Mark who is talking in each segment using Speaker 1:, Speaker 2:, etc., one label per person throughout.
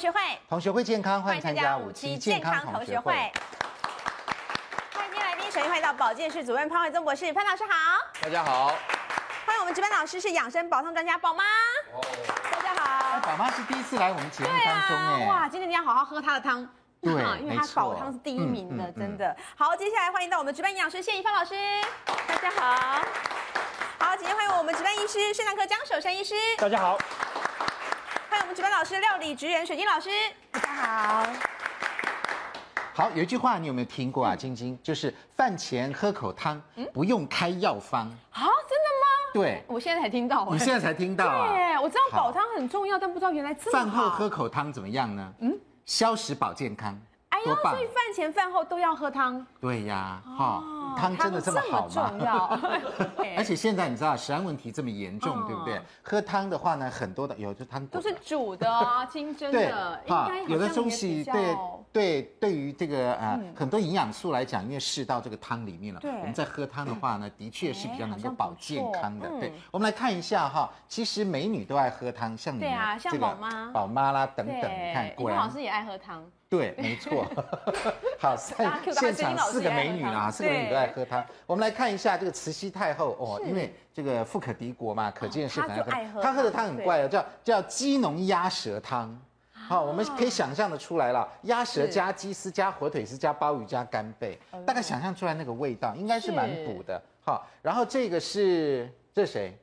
Speaker 1: 学会，
Speaker 2: 同学会健康，
Speaker 1: 欢迎参加五期健康同学会。欢迎今天来宾，首先欢迎到保健室主任潘伟宗博士，潘老师好。
Speaker 3: 大家好，
Speaker 1: 欢迎我们值班老师是养生保健专家宝妈，大家好。
Speaker 2: 宝妈是第一次来我们节目
Speaker 1: 对啊
Speaker 2: 当中哎、
Speaker 1: 哇，今天你要好好喝她的汤。
Speaker 2: 对
Speaker 1: 因为她
Speaker 2: 没错
Speaker 1: 煲汤是第一名的，
Speaker 2: 嗯嗯嗯
Speaker 1: 真的。好，接下来欢迎到我们值班营养师谢怡芳老师，大家好。好，今天欢迎我们值班医师肾脏科江守山医师，
Speaker 4: 大家好，
Speaker 1: 欢迎我们值班老师料理职人水晶老师，大家好。
Speaker 2: 好，有一句话你有没有听过啊？晶晶就是饭前喝口汤，不用开药方。
Speaker 1: 啊，真的吗？
Speaker 2: 对，
Speaker 1: 我现在才听到、哎
Speaker 2: 你现在才听到啊。
Speaker 1: 对，我知道煲汤很重要，但不知道原来这么
Speaker 2: 饭后
Speaker 1: 好
Speaker 2: 喝。口汤怎么样呢？嗯，消食保健康，
Speaker 1: 哎呦
Speaker 2: 多，棒
Speaker 1: 所！以饭前饭后都要喝汤，啊
Speaker 2: 对呀，哈，哦汤真的这么
Speaker 1: 汤
Speaker 2: 好
Speaker 1: 哦这么重
Speaker 2: 吗？
Speaker 1: 要
Speaker 2: ，
Speaker 1: 哎
Speaker 2: 而且现在你知道食安问题这么严重，
Speaker 1: 嗯
Speaker 2: 对不对？喝汤的话呢，很多的有的汤
Speaker 1: 都
Speaker 2: 果
Speaker 1: 是煮的啊，清蒸
Speaker 2: 对
Speaker 1: 的，应该
Speaker 2: 有的
Speaker 1: 好像
Speaker 2: 东
Speaker 1: 也
Speaker 2: 西
Speaker 1: 比较嗯
Speaker 2: 对对，对于这个呃很多营养素来讲，因为试到这个汤里面了，
Speaker 1: 对
Speaker 2: 我们在喝汤的话呢，的确是比较
Speaker 1: 哎
Speaker 2: 能
Speaker 1: 好
Speaker 2: 够
Speaker 1: 像
Speaker 2: 保
Speaker 1: 不
Speaker 2: 健
Speaker 1: 错
Speaker 2: 康的。对
Speaker 1: 嗯，
Speaker 2: 我们来看一下哈，其实美女都爱喝汤，像你
Speaker 1: 对啊
Speaker 2: 们
Speaker 1: 像
Speaker 2: 这个
Speaker 1: 宝妈
Speaker 2: 宝妈啦等
Speaker 1: 对，
Speaker 2: 等，你看
Speaker 1: 因
Speaker 2: 果
Speaker 1: 为
Speaker 2: 然
Speaker 1: 老师也爱喝汤，
Speaker 2: 对，没错。好，
Speaker 1: 大
Speaker 2: 现
Speaker 1: 家 cue 到
Speaker 2: 现
Speaker 1: 最近
Speaker 2: 场
Speaker 1: 老师
Speaker 2: 四个
Speaker 1: 也爱
Speaker 2: 美女
Speaker 1: 喝
Speaker 2: 啦，
Speaker 1: 汤
Speaker 2: 四个美女都
Speaker 1: 对
Speaker 2: 爱喝汤。我们来看一下这个慈禧太后哦，
Speaker 1: 是哦
Speaker 2: 因为这个富可敌国嘛，可见是
Speaker 1: 她
Speaker 2: 很爱
Speaker 1: 就
Speaker 2: 喝
Speaker 1: 爱
Speaker 2: 汤。
Speaker 1: 喝
Speaker 2: 她喝的
Speaker 1: 汤
Speaker 2: 汤很
Speaker 1: 对
Speaker 2: 怪哦，叫叫鸡脓鸭舌汤。好，我们可以想象的出来了，鸭舌
Speaker 1: 是哦
Speaker 2: 加鸡丝加火腿丝加鲍鱼加干贝，大概想象出来那个味道，应该是蛮
Speaker 1: 是
Speaker 2: 补的。好，然后这个是这谁？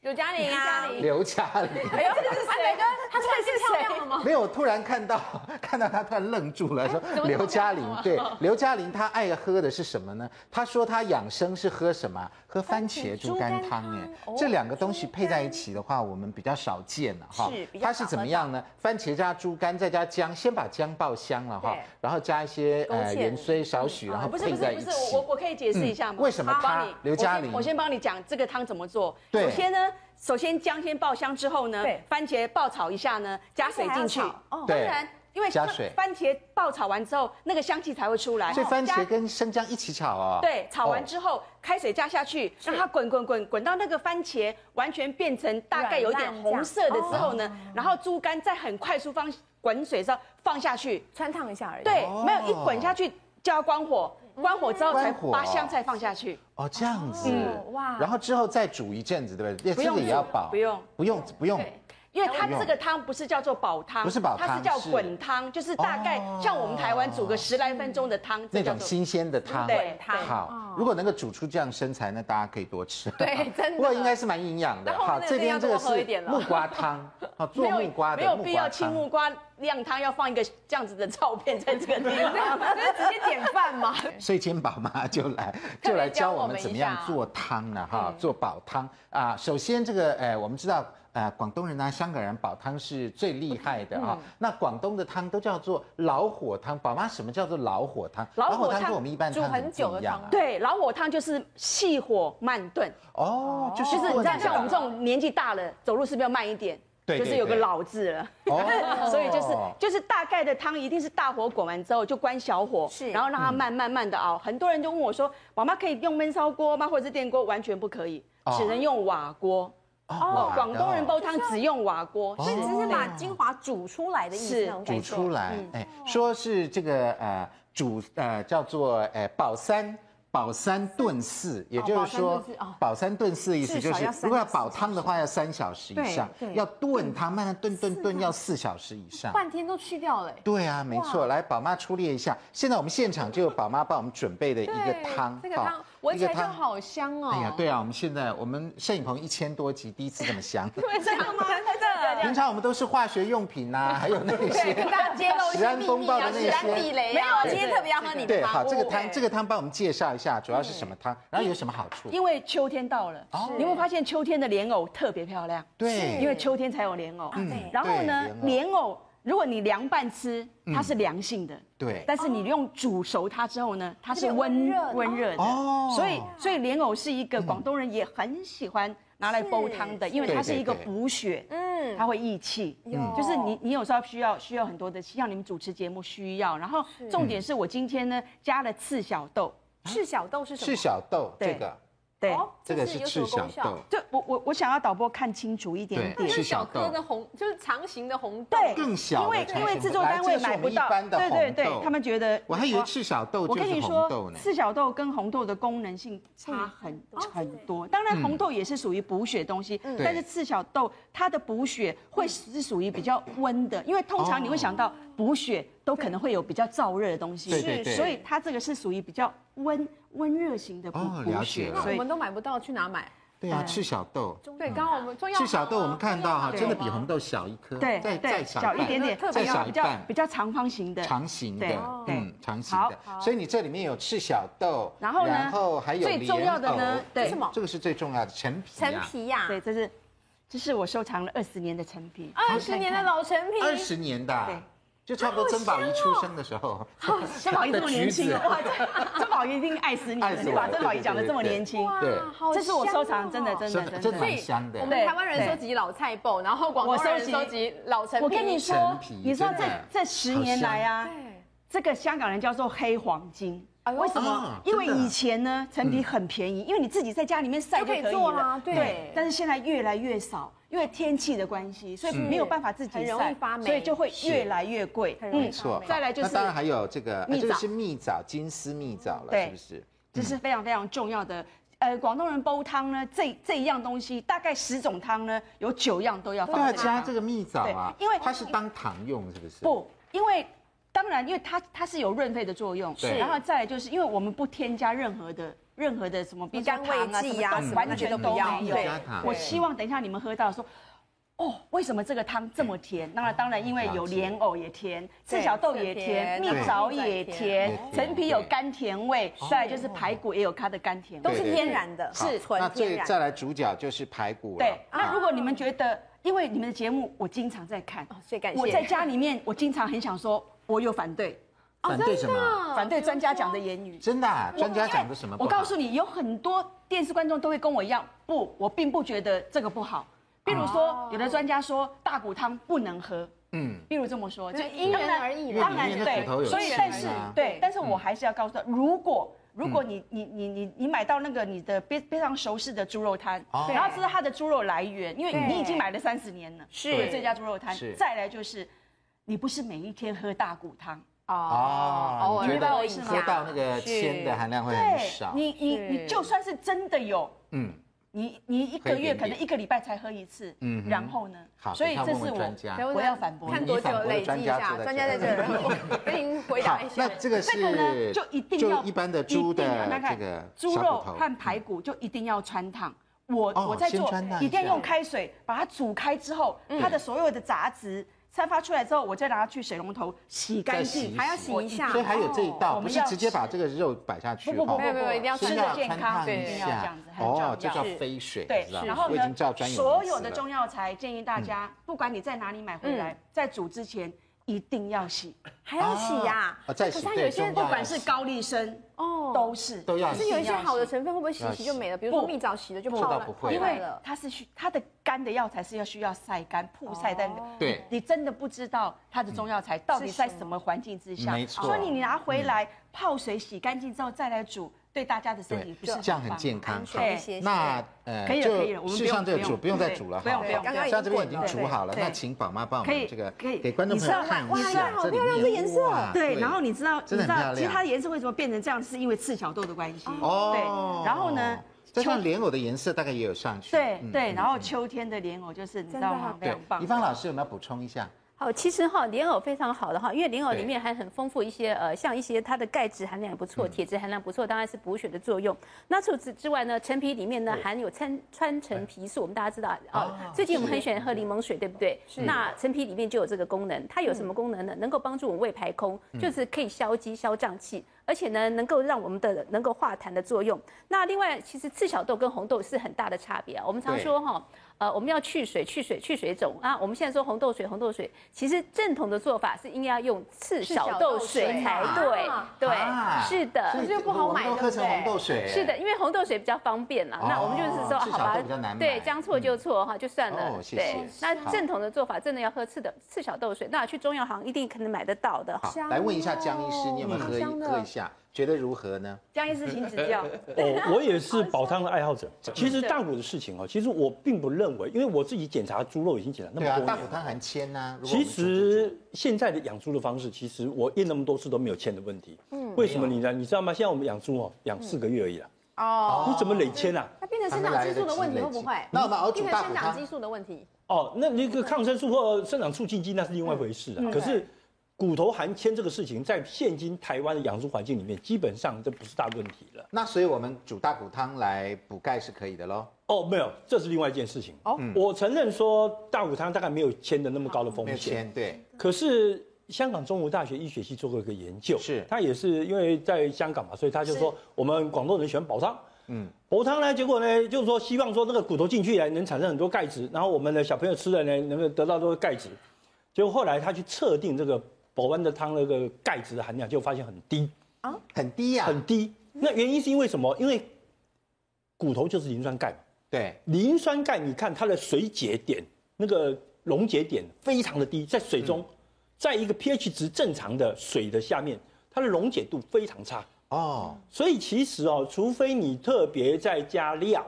Speaker 1: 有嘉玲啊，
Speaker 2: 刘嘉玲。
Speaker 1: 哎呦，这个是谁？哥，他突然变漂亮了吗？
Speaker 2: 没有，我突然看到看到他突然愣住了，说
Speaker 1: 么
Speaker 2: 刘嘉玲
Speaker 1: 这么
Speaker 2: 对刘嘉玲她爱喝的是什么呢？她说她养生是喝什么？喝番茄猪肝汤哎，
Speaker 1: 哦
Speaker 2: 这两个东西配在一起的话，我们比较少见了哈
Speaker 1: 是比。较
Speaker 2: 它
Speaker 1: 少
Speaker 2: 是怎么样呢？番茄加猪肝再加姜，先把姜爆香了哈
Speaker 1: 对，
Speaker 2: 然后加一些呃
Speaker 5: 勾芡嗯啊
Speaker 2: 盐虽少许，然后
Speaker 5: 哦不是
Speaker 2: 配
Speaker 5: 不
Speaker 2: 在
Speaker 5: 是
Speaker 2: 一
Speaker 5: 不
Speaker 2: 起
Speaker 5: 是，。我我我可以解释一下吗？
Speaker 2: 嗯为什么
Speaker 5: 好
Speaker 2: 他
Speaker 5: 帮你
Speaker 2: 刘嘉玲
Speaker 5: 我先我先帮你讲这个汤怎么做。
Speaker 2: 对
Speaker 5: 首先呢，首先姜先爆香之后呢
Speaker 1: 对，
Speaker 5: 番茄爆炒一下呢，加水进
Speaker 1: 番茄
Speaker 5: 去
Speaker 1: 还要炒。哦
Speaker 5: 当然，因为
Speaker 2: 加水
Speaker 5: 番茄爆炒完之后，那个香气才会出来。
Speaker 2: 所以番
Speaker 5: 加
Speaker 2: 茄跟生姜一起炒哦。
Speaker 5: 对，炒完
Speaker 2: 哦
Speaker 5: 之后、开水加下去，让它滚滚滚滚到那个番茄完全变成大概有一点
Speaker 1: 软烂
Speaker 5: 红色的之后呢，然后猪肝在很快速放滚水上放下去，
Speaker 1: 穿烫一下而已。
Speaker 5: 对，
Speaker 2: 哦
Speaker 5: 没有一滚下去就要关火，关火之后才
Speaker 2: 关火
Speaker 5: 把香菜放下去。
Speaker 2: 哦，这样子，
Speaker 1: 嗯哇
Speaker 2: 然后之后再煮一阵子，对不对？这个也要保，
Speaker 5: 不用
Speaker 2: 不用，不用，
Speaker 5: 对因为它
Speaker 2: 不用
Speaker 5: 这个汤不是叫做煲汤，
Speaker 2: 不是煲汤
Speaker 5: 它是叫
Speaker 2: 是
Speaker 5: 滚汤，就是大概
Speaker 2: 哦
Speaker 5: 像我们台湾煮个十来分钟的汤，这
Speaker 2: 那
Speaker 5: 叫
Speaker 2: 种
Speaker 5: 做
Speaker 2: 新鲜的汤，
Speaker 5: 对哦汤
Speaker 2: 好，如果能够煮出这样身材，那大家可以多 吃。
Speaker 1: 对真的
Speaker 2: 不过应该是蛮营养的。
Speaker 1: 那后面那个
Speaker 2: 这边这个
Speaker 1: 要多喝一
Speaker 2: 是
Speaker 1: 点了
Speaker 2: 木瓜 汤，好，做
Speaker 5: 没有
Speaker 2: 木瓜的
Speaker 5: 没有
Speaker 2: 木
Speaker 5: 必
Speaker 2: 瓜
Speaker 5: 要清
Speaker 2: 汤
Speaker 5: 木瓜亮汤，要放一个这样子的 照片在这个地
Speaker 1: 就
Speaker 5: 方。
Speaker 1: 是直接点饭嘛。
Speaker 2: 所以今天宝妈就 来就来教我们怎么样做汤了
Speaker 5: 嗯
Speaker 2: 哈，做煲汤啊。首先这个呃，我们知道呃，广东人啊、香港人煲汤是最厉害的
Speaker 5: 嗯
Speaker 2: 啊。那广东的汤都叫做老火汤，宝妈什么叫做老火汤？
Speaker 5: 老火汤
Speaker 2: 跟我们一般
Speaker 1: 煮
Speaker 2: 汤
Speaker 1: 很
Speaker 2: 很
Speaker 1: 久
Speaker 2: 不
Speaker 1: 的
Speaker 2: 一样
Speaker 1: 汤
Speaker 2: 啊。
Speaker 5: 对，老火汤就是细火慢炖，
Speaker 2: 哦，就是
Speaker 5: 就是你知
Speaker 2: 炖
Speaker 5: 道，
Speaker 2: 的
Speaker 5: 像我们这种年纪大了，走路是不是要慢一点？
Speaker 2: 对
Speaker 5: 就是
Speaker 2: 对
Speaker 5: 有个
Speaker 2: 对
Speaker 5: 老字了。
Speaker 2: 哦
Speaker 5: 所以就是就是大概的汤一定是大火滚完之后就关小火，
Speaker 1: 是
Speaker 5: 然后让它
Speaker 2: 嗯
Speaker 5: 慢慢慢的熬。很多人就问我说，妈妈可以用焖烧锅吗？或者是电锅？完全不可以
Speaker 2: 哦，
Speaker 5: 只能用瓦锅。
Speaker 2: 哦
Speaker 5: 广东人煲汤只用瓦锅，
Speaker 1: 所以
Speaker 5: 是
Speaker 1: 只是把精华煮出来的意思，
Speaker 5: 是
Speaker 1: 那种感
Speaker 2: 煮
Speaker 1: 觉。嗯
Speaker 2: 出来，哎，说是这个呃煮呃叫做呃保三。保三炖四，也就是
Speaker 1: 保三炖
Speaker 2: 说
Speaker 1: 四哦，
Speaker 2: 保三炖四的意思
Speaker 1: 至
Speaker 2: 就
Speaker 1: 少
Speaker 2: 是
Speaker 1: 要，三
Speaker 2: 如果要
Speaker 1: 到四
Speaker 2: 煲汤的话，要三小时以上
Speaker 1: 对，对
Speaker 2: 要炖汤，慢慢炖炖炖，要四小时以上。
Speaker 1: 半天都去掉了。哎
Speaker 2: 对啊，没错。来，宝妈出列一下，现在我们现场就有宝妈帮我们准备的一个
Speaker 1: 对
Speaker 2: 汤，
Speaker 1: 这个
Speaker 2: 哈
Speaker 1: 汤闻起来
Speaker 2: 一个
Speaker 1: 就
Speaker 2: 汤
Speaker 1: 好香哦。
Speaker 2: 哎呀，对啊，我们现在我们摄影棚一千多集，第一次这么香。
Speaker 1: 真的吗？真的。
Speaker 2: 平常我们都是化学用品呐、 还有那些
Speaker 1: 对，跟大家揭露一
Speaker 2: 食
Speaker 1: 些
Speaker 2: 安
Speaker 1: 秘
Speaker 2: 风
Speaker 1: 密
Speaker 2: 暴的
Speaker 1: 啊，
Speaker 2: 那
Speaker 1: 食安
Speaker 2: 些
Speaker 1: 地雷啊。
Speaker 5: 没有啊
Speaker 1: 今天特别要喝你的
Speaker 2: 对，
Speaker 1: 汤。
Speaker 2: 好，这个汤
Speaker 1: 对
Speaker 2: 这个汤帮我们介绍一下，主要是什么汤，然后有什么好处？
Speaker 5: 嗯因为秋天到了
Speaker 2: 哦，
Speaker 5: 你有没有发现秋天的莲藕特别漂亮？
Speaker 2: 对
Speaker 5: 因为秋天才有莲藕。
Speaker 1: 嗯
Speaker 2: 对
Speaker 5: 然后呢
Speaker 2: 对莲藕，嗯
Speaker 5: 莲藕如果你凉拌吃，它是凉性的。
Speaker 2: 对
Speaker 5: 但是你用煮熟它之后呢，它是
Speaker 1: 它哦是
Speaker 5: 温
Speaker 1: 温热的
Speaker 5: 温热的。
Speaker 2: 哦嗯
Speaker 5: 所以所以莲藕是一个广东人也很喜欢拿来煲汤的，因为它是一个
Speaker 2: 对对对
Speaker 5: 补血，
Speaker 1: 嗯
Speaker 5: 嗯，它会益气。
Speaker 1: 有
Speaker 5: 就是你，你有时候需要需要很多的气，像你们主持节目需要。然后重点是我今天呢加了赤小豆，
Speaker 1: 赤小豆是什么？
Speaker 2: 赤小豆
Speaker 5: 对
Speaker 2: 这个
Speaker 5: 对，
Speaker 1: 哦
Speaker 2: 这个是
Speaker 1: 有所
Speaker 2: 赤小
Speaker 1: 功效
Speaker 2: 豆。，
Speaker 5: 就我我我想要导播看清楚一点
Speaker 1: 那
Speaker 5: 点
Speaker 2: 对。
Speaker 1: 是
Speaker 2: 是
Speaker 1: 小
Speaker 2: 小
Speaker 1: 颗
Speaker 2: 豆
Speaker 1: 的红，就是长形的红豆。
Speaker 5: 对，
Speaker 2: 更小的
Speaker 5: 因为
Speaker 2: 才
Speaker 5: 因为
Speaker 2: 是
Speaker 5: 制作单位买不到，
Speaker 2: 来这是我们一般的
Speaker 5: 对
Speaker 2: 红
Speaker 5: 对对
Speaker 2: 豆，
Speaker 5: 他们觉得
Speaker 2: 我还以为赤小豆
Speaker 5: 我
Speaker 2: 就
Speaker 5: 跟
Speaker 2: 是
Speaker 5: 你
Speaker 2: 红
Speaker 5: 说
Speaker 2: 豆，呢。
Speaker 5: 四小豆跟红豆的功能性差很很多。当然，红豆也是属于补血东西，
Speaker 2: 嗯对
Speaker 5: 但是赤小豆它的补血会是属于比较温的，因为通常你会想到补血都可能会有比较燥热的东西，
Speaker 2: 哦对对对
Speaker 5: 所以它这个是属于比较温温热型的补
Speaker 2: 哦
Speaker 5: 补
Speaker 2: 了
Speaker 5: 血
Speaker 2: 解，
Speaker 1: 那
Speaker 2: 了
Speaker 5: 所
Speaker 1: 我
Speaker 5: 以
Speaker 1: 们都买不到，去哪买？
Speaker 2: 对
Speaker 5: 嗯
Speaker 2: 啊，赤小豆。
Speaker 1: 对，刚刚我们中药
Speaker 2: 赤小豆
Speaker 1: 行吗
Speaker 2: 我们看到哈，
Speaker 1: 中药行
Speaker 2: 真的
Speaker 1: 有
Speaker 2: 比
Speaker 1: 吗
Speaker 2: 红豆小一颗，
Speaker 5: 嗯对
Speaker 2: 再
Speaker 5: 对
Speaker 2: 再
Speaker 5: 小一
Speaker 2: 半
Speaker 5: 点点，
Speaker 1: 特
Speaker 2: 再
Speaker 1: 别
Speaker 2: 小
Speaker 5: 比
Speaker 2: 一
Speaker 5: 较
Speaker 2: 半
Speaker 5: 比，较长方形的，
Speaker 2: 长形
Speaker 5: 对
Speaker 2: 的，
Speaker 5: 对
Speaker 2: 嗯，长形
Speaker 5: 好
Speaker 2: 的。所以你这里面有赤小豆，
Speaker 5: 然后呢
Speaker 2: 然后还有
Speaker 5: 最重要的呢
Speaker 2: 莲藕
Speaker 5: 对
Speaker 2: 这这个是最重要的陈皮啊
Speaker 1: 陈
Speaker 2: 呀，
Speaker 1: 皮呀，
Speaker 5: 对，这是这是我收藏了啊二十年的成品，
Speaker 1: 二十年的老陈皮，
Speaker 2: 二十年的啊
Speaker 5: 对，哦
Speaker 2: 就差不多珍宝一出生的时候，
Speaker 5: 珍宝仪这么年轻哦，哇，这珍宝仪一定爱死你
Speaker 2: 爱
Speaker 5: 了！
Speaker 2: 死我
Speaker 5: 你把珍宝仪讲的这么年轻，
Speaker 1: 哇
Speaker 2: 对
Speaker 1: 好
Speaker 5: 这是我收
Speaker 1: 香
Speaker 5: 藏，
Speaker 1: 哦
Speaker 5: 真的真的
Speaker 2: 真
Speaker 5: 真
Speaker 2: 的
Speaker 5: 的
Speaker 1: 所。以
Speaker 2: 蛮香的
Speaker 1: 我们台湾人收集老菜脯，然后广东
Speaker 5: 我
Speaker 1: 人
Speaker 5: 收集
Speaker 1: 收集老陈皮。
Speaker 5: 我跟你说
Speaker 2: 陈皮，
Speaker 5: 你知道
Speaker 2: 真
Speaker 5: 这
Speaker 2: 的
Speaker 5: 这十年来啊，
Speaker 1: 对，
Speaker 5: 这个香港人叫做黑黄金。
Speaker 1: 哎呦
Speaker 5: 为什 么
Speaker 2: 啊？
Speaker 5: 哦因为
Speaker 2: 真的啊
Speaker 5: 以前呢，陈皮很便宜，因为你自己在家里面晒就可以
Speaker 1: 就
Speaker 5: 啊
Speaker 1: 可以做啦
Speaker 5: 了。
Speaker 1: 对
Speaker 5: 但是现在越来越少，因为天气的关系，所以没有办法自己晒，
Speaker 1: 很容易发霉
Speaker 5: 所以就会
Speaker 2: 是
Speaker 5: 越来越贵。
Speaker 1: 很容易
Speaker 5: 嗯
Speaker 2: 没错。
Speaker 5: 再来就是
Speaker 2: 那当然还有这个，
Speaker 5: 蜜
Speaker 2: 啊
Speaker 5: 枣
Speaker 2: 这个是蜜枣，金丝蜜枣了，
Speaker 5: 对
Speaker 2: 是不是？
Speaker 5: 这是非常非常重要的。呃，广东人煲汤呢，这这一样东西，大概十种汤呢，有九样都要放
Speaker 2: 大
Speaker 5: 这个汤
Speaker 2: 家这个蜜枣啊，
Speaker 5: 对因为
Speaker 2: 它是当糖用，是不是？，
Speaker 5: 不，因为当然，因为它它是有润肺的作用，
Speaker 2: 对
Speaker 5: 然后再来就是因为我们不添加任何的任何的什么，比如说
Speaker 1: 甘味
Speaker 5: 糖啊
Speaker 1: 剂
Speaker 5: 什
Speaker 1: 呀
Speaker 5: 么
Speaker 1: 什
Speaker 5: 都
Speaker 1: 么
Speaker 5: 完全都
Speaker 1: 那些都
Speaker 5: 没
Speaker 1: 不要
Speaker 5: 有。
Speaker 2: 对
Speaker 5: 对
Speaker 2: 加糖，
Speaker 5: 我希望等一下你们喝到说。哦，为什么这个汤这么甜？当然，当然，因为有莲藕也甜，
Speaker 1: 对
Speaker 5: 赤小豆也甜，
Speaker 1: 对
Speaker 5: 蜜枣也甜，
Speaker 2: 对
Speaker 5: 陈皮有
Speaker 2: 对
Speaker 5: 甘甜味，再来就是排骨也有它的甘甜味
Speaker 1: 都。是天然的，
Speaker 2: 好
Speaker 1: 是
Speaker 2: 那
Speaker 1: 纯天
Speaker 2: 最
Speaker 1: 然
Speaker 2: 再。来主角就是排骨了
Speaker 5: 对，那
Speaker 1: 啊
Speaker 5: 如果你们觉得，因为你们的节目我经常在看，
Speaker 1: 哦所以感谢
Speaker 5: 我在家里面，我经常很想说， 我有反对，
Speaker 2: 反对什么？
Speaker 1: 哦
Speaker 5: 反对专家啊讲的言语。
Speaker 2: 真的啊，专家讲的什么不
Speaker 5: 我
Speaker 2: 好？
Speaker 5: 告诉你，有很多电视观众都会跟我一样，不，我并不觉得这个不好。比如
Speaker 1: 哦
Speaker 5: 说，有的专家说大骨汤不能喝，
Speaker 2: 嗯，
Speaker 5: 比如这么说，
Speaker 1: 就因人而异嗯啦
Speaker 5: 当然
Speaker 2: 因为里面的骨头
Speaker 5: 对，
Speaker 2: 有
Speaker 5: 所以
Speaker 2: 刺
Speaker 5: 但是
Speaker 2: 啊
Speaker 5: 对，但是我还是要告诉他，如果如
Speaker 2: 嗯
Speaker 5: 果你你你你你买到那个你的非非常熟识的猪肉摊，
Speaker 2: 哦
Speaker 5: 然后知道它的猪肉来源，因为
Speaker 1: 对
Speaker 5: 你已经买了三十年了，
Speaker 1: 是
Speaker 5: 对这家猪肉摊
Speaker 2: 是。
Speaker 5: 再来就是，你不是每一天喝大骨汤，
Speaker 2: 哦，
Speaker 1: 我
Speaker 2: 你觉
Speaker 1: 明
Speaker 2: 得
Speaker 1: 白我
Speaker 2: 我
Speaker 1: 意思
Speaker 2: 喝到那个铅的含量会很少，
Speaker 5: 你你
Speaker 1: 是
Speaker 5: 你就算是真的有，
Speaker 2: 嗯，
Speaker 5: 你你一个
Speaker 2: 喝一
Speaker 5: 月
Speaker 2: 点点
Speaker 5: 可能一个礼拜才喝一次，
Speaker 2: 嗯
Speaker 5: 嗯
Speaker 2: 哼，
Speaker 5: 然后呢？
Speaker 2: 好
Speaker 5: 所以
Speaker 2: 等一
Speaker 5: 这
Speaker 2: 下
Speaker 5: 是
Speaker 2: 问问专
Speaker 5: 我
Speaker 2: 家
Speaker 1: 等
Speaker 5: 我要反驳
Speaker 1: 看
Speaker 5: 你。
Speaker 1: 多
Speaker 2: 你反
Speaker 1: 久
Speaker 2: 驳的
Speaker 1: 累积
Speaker 2: 专
Speaker 1: 一
Speaker 2: 家
Speaker 1: 下，
Speaker 2: 坐在
Speaker 1: 专家在这
Speaker 2: 这
Speaker 1: 儿，我跟您回答
Speaker 2: 好
Speaker 1: 一，下
Speaker 2: 那。这个
Speaker 5: 哎这个
Speaker 2: 是
Speaker 5: 呢，就一定要
Speaker 2: 就一般的猪
Speaker 5: 一定要
Speaker 2: 的
Speaker 5: 那看
Speaker 2: 这个
Speaker 5: 猪
Speaker 2: 小
Speaker 5: 肉
Speaker 2: 骨头嗯
Speaker 5: 和排骨就一定要穿烫。我
Speaker 2: 哦
Speaker 5: 我在
Speaker 2: 先
Speaker 5: 做
Speaker 2: 穿烫，一
Speaker 5: 一定要
Speaker 2: 下嗯
Speaker 5: 用开水把它煮开之后，它的所有的杂质散发出来之后，我再拿它去水龙头洗干
Speaker 2: 再洗
Speaker 5: 净
Speaker 2: 一。
Speaker 1: 还要洗一下，
Speaker 2: 所以还有这一
Speaker 5: 哦
Speaker 2: 道，
Speaker 5: 我
Speaker 2: 不
Speaker 5: 们
Speaker 2: 是
Speaker 5: 要
Speaker 2: 直接把这个肉摆下去，
Speaker 5: 不不
Speaker 2: 哦
Speaker 5: 不不
Speaker 1: 没有没有一定要
Speaker 5: 吃
Speaker 2: 是
Speaker 5: 的
Speaker 2: 要
Speaker 5: 健
Speaker 2: 穿
Speaker 5: 康，
Speaker 2: 烫
Speaker 5: 对，一
Speaker 2: 一
Speaker 5: 定要这
Speaker 2: 下
Speaker 5: 样子，很重
Speaker 2: 哦
Speaker 5: 要，。
Speaker 2: 这叫
Speaker 1: 是
Speaker 2: 飞水，
Speaker 5: 对
Speaker 2: 你知道，吗
Speaker 5: 然后
Speaker 2: 我已经照
Speaker 5: 呢，
Speaker 2: 专业
Speaker 5: 所
Speaker 2: 名
Speaker 5: 有
Speaker 2: 词
Speaker 5: 的
Speaker 2: 了嗯
Speaker 5: 中药材建议大家，不管你在哪里买回来，在煮之前一定要洗，
Speaker 1: 还要洗呀
Speaker 2: 啊。再
Speaker 1: 可
Speaker 2: 洗
Speaker 1: 是它有些
Speaker 2: 对中
Speaker 5: 不
Speaker 2: 药
Speaker 5: 管是高丽参
Speaker 1: 哦
Speaker 5: 都是
Speaker 2: 都要
Speaker 1: 可是
Speaker 2: 洗
Speaker 1: 有一些好的成分会不会洗一洗就没了？比如说
Speaker 5: 不
Speaker 1: 蜜枣洗了就
Speaker 2: 不
Speaker 1: 泡
Speaker 2: 倒
Speaker 1: 了
Speaker 2: 不，会
Speaker 1: 泡
Speaker 5: 因
Speaker 1: 开
Speaker 5: 为
Speaker 1: 了
Speaker 5: 它是需它的干的药材是要需要晒干、曝晒在那个。
Speaker 2: 哦对
Speaker 5: 你真的不知道它的中药材到底在什么环境之下，
Speaker 2: 没错
Speaker 5: 所以你拿回来泡水洗干净之后再来煮，对大家的身体
Speaker 2: 对
Speaker 5: 不是，
Speaker 2: 这样很
Speaker 5: 棒
Speaker 2: 健康。
Speaker 1: 安
Speaker 2: 好
Speaker 1: 全一些，
Speaker 2: 那呃，
Speaker 5: 可以了
Speaker 2: 就
Speaker 5: 可以了我们
Speaker 2: 事实
Speaker 5: 不
Speaker 2: 上
Speaker 5: 用
Speaker 2: 这个
Speaker 5: 不
Speaker 2: 煮
Speaker 5: 用
Speaker 2: 不用再
Speaker 5: 对
Speaker 2: 煮了哈，
Speaker 5: 不用不用
Speaker 1: 刚刚已经
Speaker 2: 像这边已经
Speaker 1: 滚了
Speaker 2: 煮好了，
Speaker 5: 对
Speaker 2: 那请宝妈帮我
Speaker 5: 可
Speaker 2: 们
Speaker 5: 以
Speaker 2: 这个
Speaker 5: 可以
Speaker 2: 给观众朋友
Speaker 5: 你知道
Speaker 2: 看
Speaker 1: 哇
Speaker 2: 一下，
Speaker 1: 哇
Speaker 2: 这里
Speaker 1: 好漂亮
Speaker 2: 面
Speaker 1: 这颜色
Speaker 2: 哇
Speaker 5: 对，然后你知道，你
Speaker 2: 真的
Speaker 5: 知
Speaker 2: 很漂
Speaker 5: 道，
Speaker 2: 亮
Speaker 5: 其实它的颜色为什么变成这样，是因为赤小豆的关系。
Speaker 2: 哦
Speaker 5: 对，然后呢，
Speaker 2: 加上莲藕的颜色大概也有上去，
Speaker 5: 对
Speaker 2: 嗯
Speaker 5: 对，然后秋天的莲藕就是你知道吗？非
Speaker 2: 对
Speaker 5: 常。棒
Speaker 2: 怡。芳老师有没有补充一下？
Speaker 3: 好，其实哈莲藕非常好的哈，因为莲藕
Speaker 2: 对
Speaker 3: 里面还很丰富一些呃，像一些它的钙质含量也不错，铁质含量不错，当然是补血的作用。那除此之外呢，陈皮里面呢含有川川陈皮素，我们大家知道啊、
Speaker 2: 啊
Speaker 3: 最近我们很喜欢喝柠檬水，对不对？那陈皮里面就有这个功能，它有什么功能呢？能够帮助我们胃排空，就是可以消积消胀气，而且呢能够让我们的能够化痰的作用。那另外，其实赤小豆跟红豆是很大的差别啊，我们常
Speaker 2: 对
Speaker 3: 说哈。呃，我们要去水、去水、去水肿啊！我们现在说红豆水、红豆水，其实正统的做法是应该要用赤
Speaker 1: 赤小
Speaker 3: 小
Speaker 1: 豆
Speaker 3: 豆水
Speaker 1: 水
Speaker 3: 才
Speaker 1: 啊
Speaker 3: 对。对，
Speaker 2: 啊
Speaker 3: 是的
Speaker 2: 所以，
Speaker 1: 这就不好买
Speaker 2: 我们都喝成
Speaker 1: 对不
Speaker 2: 红
Speaker 1: 对
Speaker 2: 豆水，
Speaker 3: 是的，因为红豆水比较方便啦。
Speaker 2: 哦
Speaker 3: 那我们就是说，
Speaker 2: 赤小
Speaker 3: 好吧
Speaker 2: 豆比较难买，
Speaker 3: 对，将错就错哈，就算
Speaker 2: 哦
Speaker 3: 了。
Speaker 2: 谢谢
Speaker 3: 对，那
Speaker 2: 好
Speaker 3: 正统的做法真的要喝赤的赤小豆水，那去中药行一定可能买得到的哈。
Speaker 2: 好，来问一下江医师，你有没有
Speaker 1: 好
Speaker 2: 喝
Speaker 1: 哦嗯
Speaker 2: 一
Speaker 1: 香的
Speaker 2: 喝一下？下，觉得如何呢？
Speaker 1: 江医师，请指教。
Speaker 4: 哦，我也是煲汤的爱好者。其实大骨的事情哦，其实我并不认为，因为我自己检查猪肉已经检查那
Speaker 2: 对
Speaker 4: 么
Speaker 2: 啊，
Speaker 4: 多
Speaker 2: 大
Speaker 4: 年
Speaker 2: 骨
Speaker 4: 了。
Speaker 2: 汤含铅呐、如果我们
Speaker 4: 其
Speaker 2: 煮煮煮
Speaker 4: 实现在的养猪的方式，其实我验那么多次都没有铅的问题。嗯，为什么你呢？你知道吗？现在我们养猪哦，养四个月而已啦。
Speaker 1: 哦，
Speaker 4: 你怎么累铅啊？
Speaker 1: 那变成生长激素的问题会不会？
Speaker 2: 那我们熬煮
Speaker 1: 变
Speaker 2: 大
Speaker 1: 成
Speaker 2: 骨
Speaker 1: 生长激
Speaker 2: 汤，
Speaker 1: 素的问题，
Speaker 4: 哦，那那个抗生素或生长促进剂那是另外一回
Speaker 2: 嗯
Speaker 4: 事啊。可是骨头含铅这个事情，在现今台湾的养猪环境里面，基本上这不是大问题了。
Speaker 2: 那所以我们煮大骨汤来补钙是可以的喽。
Speaker 4: 哦，没有，这是另外一件事情。哦，我承认说大骨汤大概没有铅的那么高的风
Speaker 2: 没有
Speaker 4: 险，
Speaker 2: 铅，对，
Speaker 4: 可是香港中文大学医学系做过一个研究，
Speaker 2: 是
Speaker 4: 他也是因为在香港嘛，所以他就说我们广东人喜欢煲汤。嗯，煲汤呢，结果呢，就是说希望说那个骨头进去呢，能产生很多钙质，然后我们的小朋友吃了呢，能够得到多钙质。结果后来他去测定这个保温的汤那个钙质的含量，就发现很低，
Speaker 2: 很低呀、
Speaker 4: 很低。那原因是因为什么？因为骨头就是磷酸钙嘛。
Speaker 2: 对，
Speaker 4: 磷酸钙，你看它的水解点那个溶解点非常的低，在水中，在一个 pH 值正常的水的下面，它的溶解度非常差。
Speaker 2: 哦，
Speaker 4: 所以其实哦，除非你特别再加料，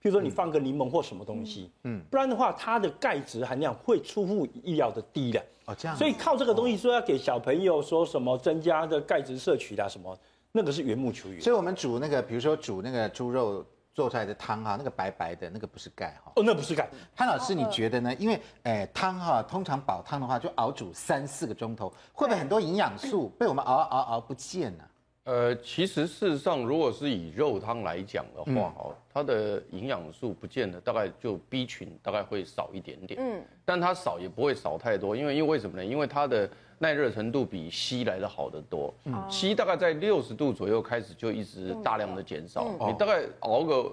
Speaker 4: 譬如说你放个柠檬或什么东西，嗯，不然的话，它的钙质含量会出乎意料的低的。
Speaker 2: 哦这样，
Speaker 4: 所以靠这个东西说要给小朋友说什么增加的钙质摄取啦、什么，那个是缘木求鱼。
Speaker 2: 所以我们煮那个，比如说煮那个猪肉做出来的汤哈，那个白白的那个不是钙哈。
Speaker 4: 哦，那不是钙，
Speaker 2: 潘老师，你觉得
Speaker 1: 哦呃
Speaker 2: 呢？因为诶汤哈，通常煲汤的话就熬煮三四个钟头，会不会很多营养素被我们熬熬熬不见呢、
Speaker 6: 呃，其实事实上，如果是以肉汤来讲的话，哦、它的营养素不见得大概就 B 群大概会少一点点，嗯，但它少也不会少太多，因为因为为什么呢？因为它的耐热程度比硒来的好得多，硒、大概在六十度左右开始就一直大量的减少，你大概熬个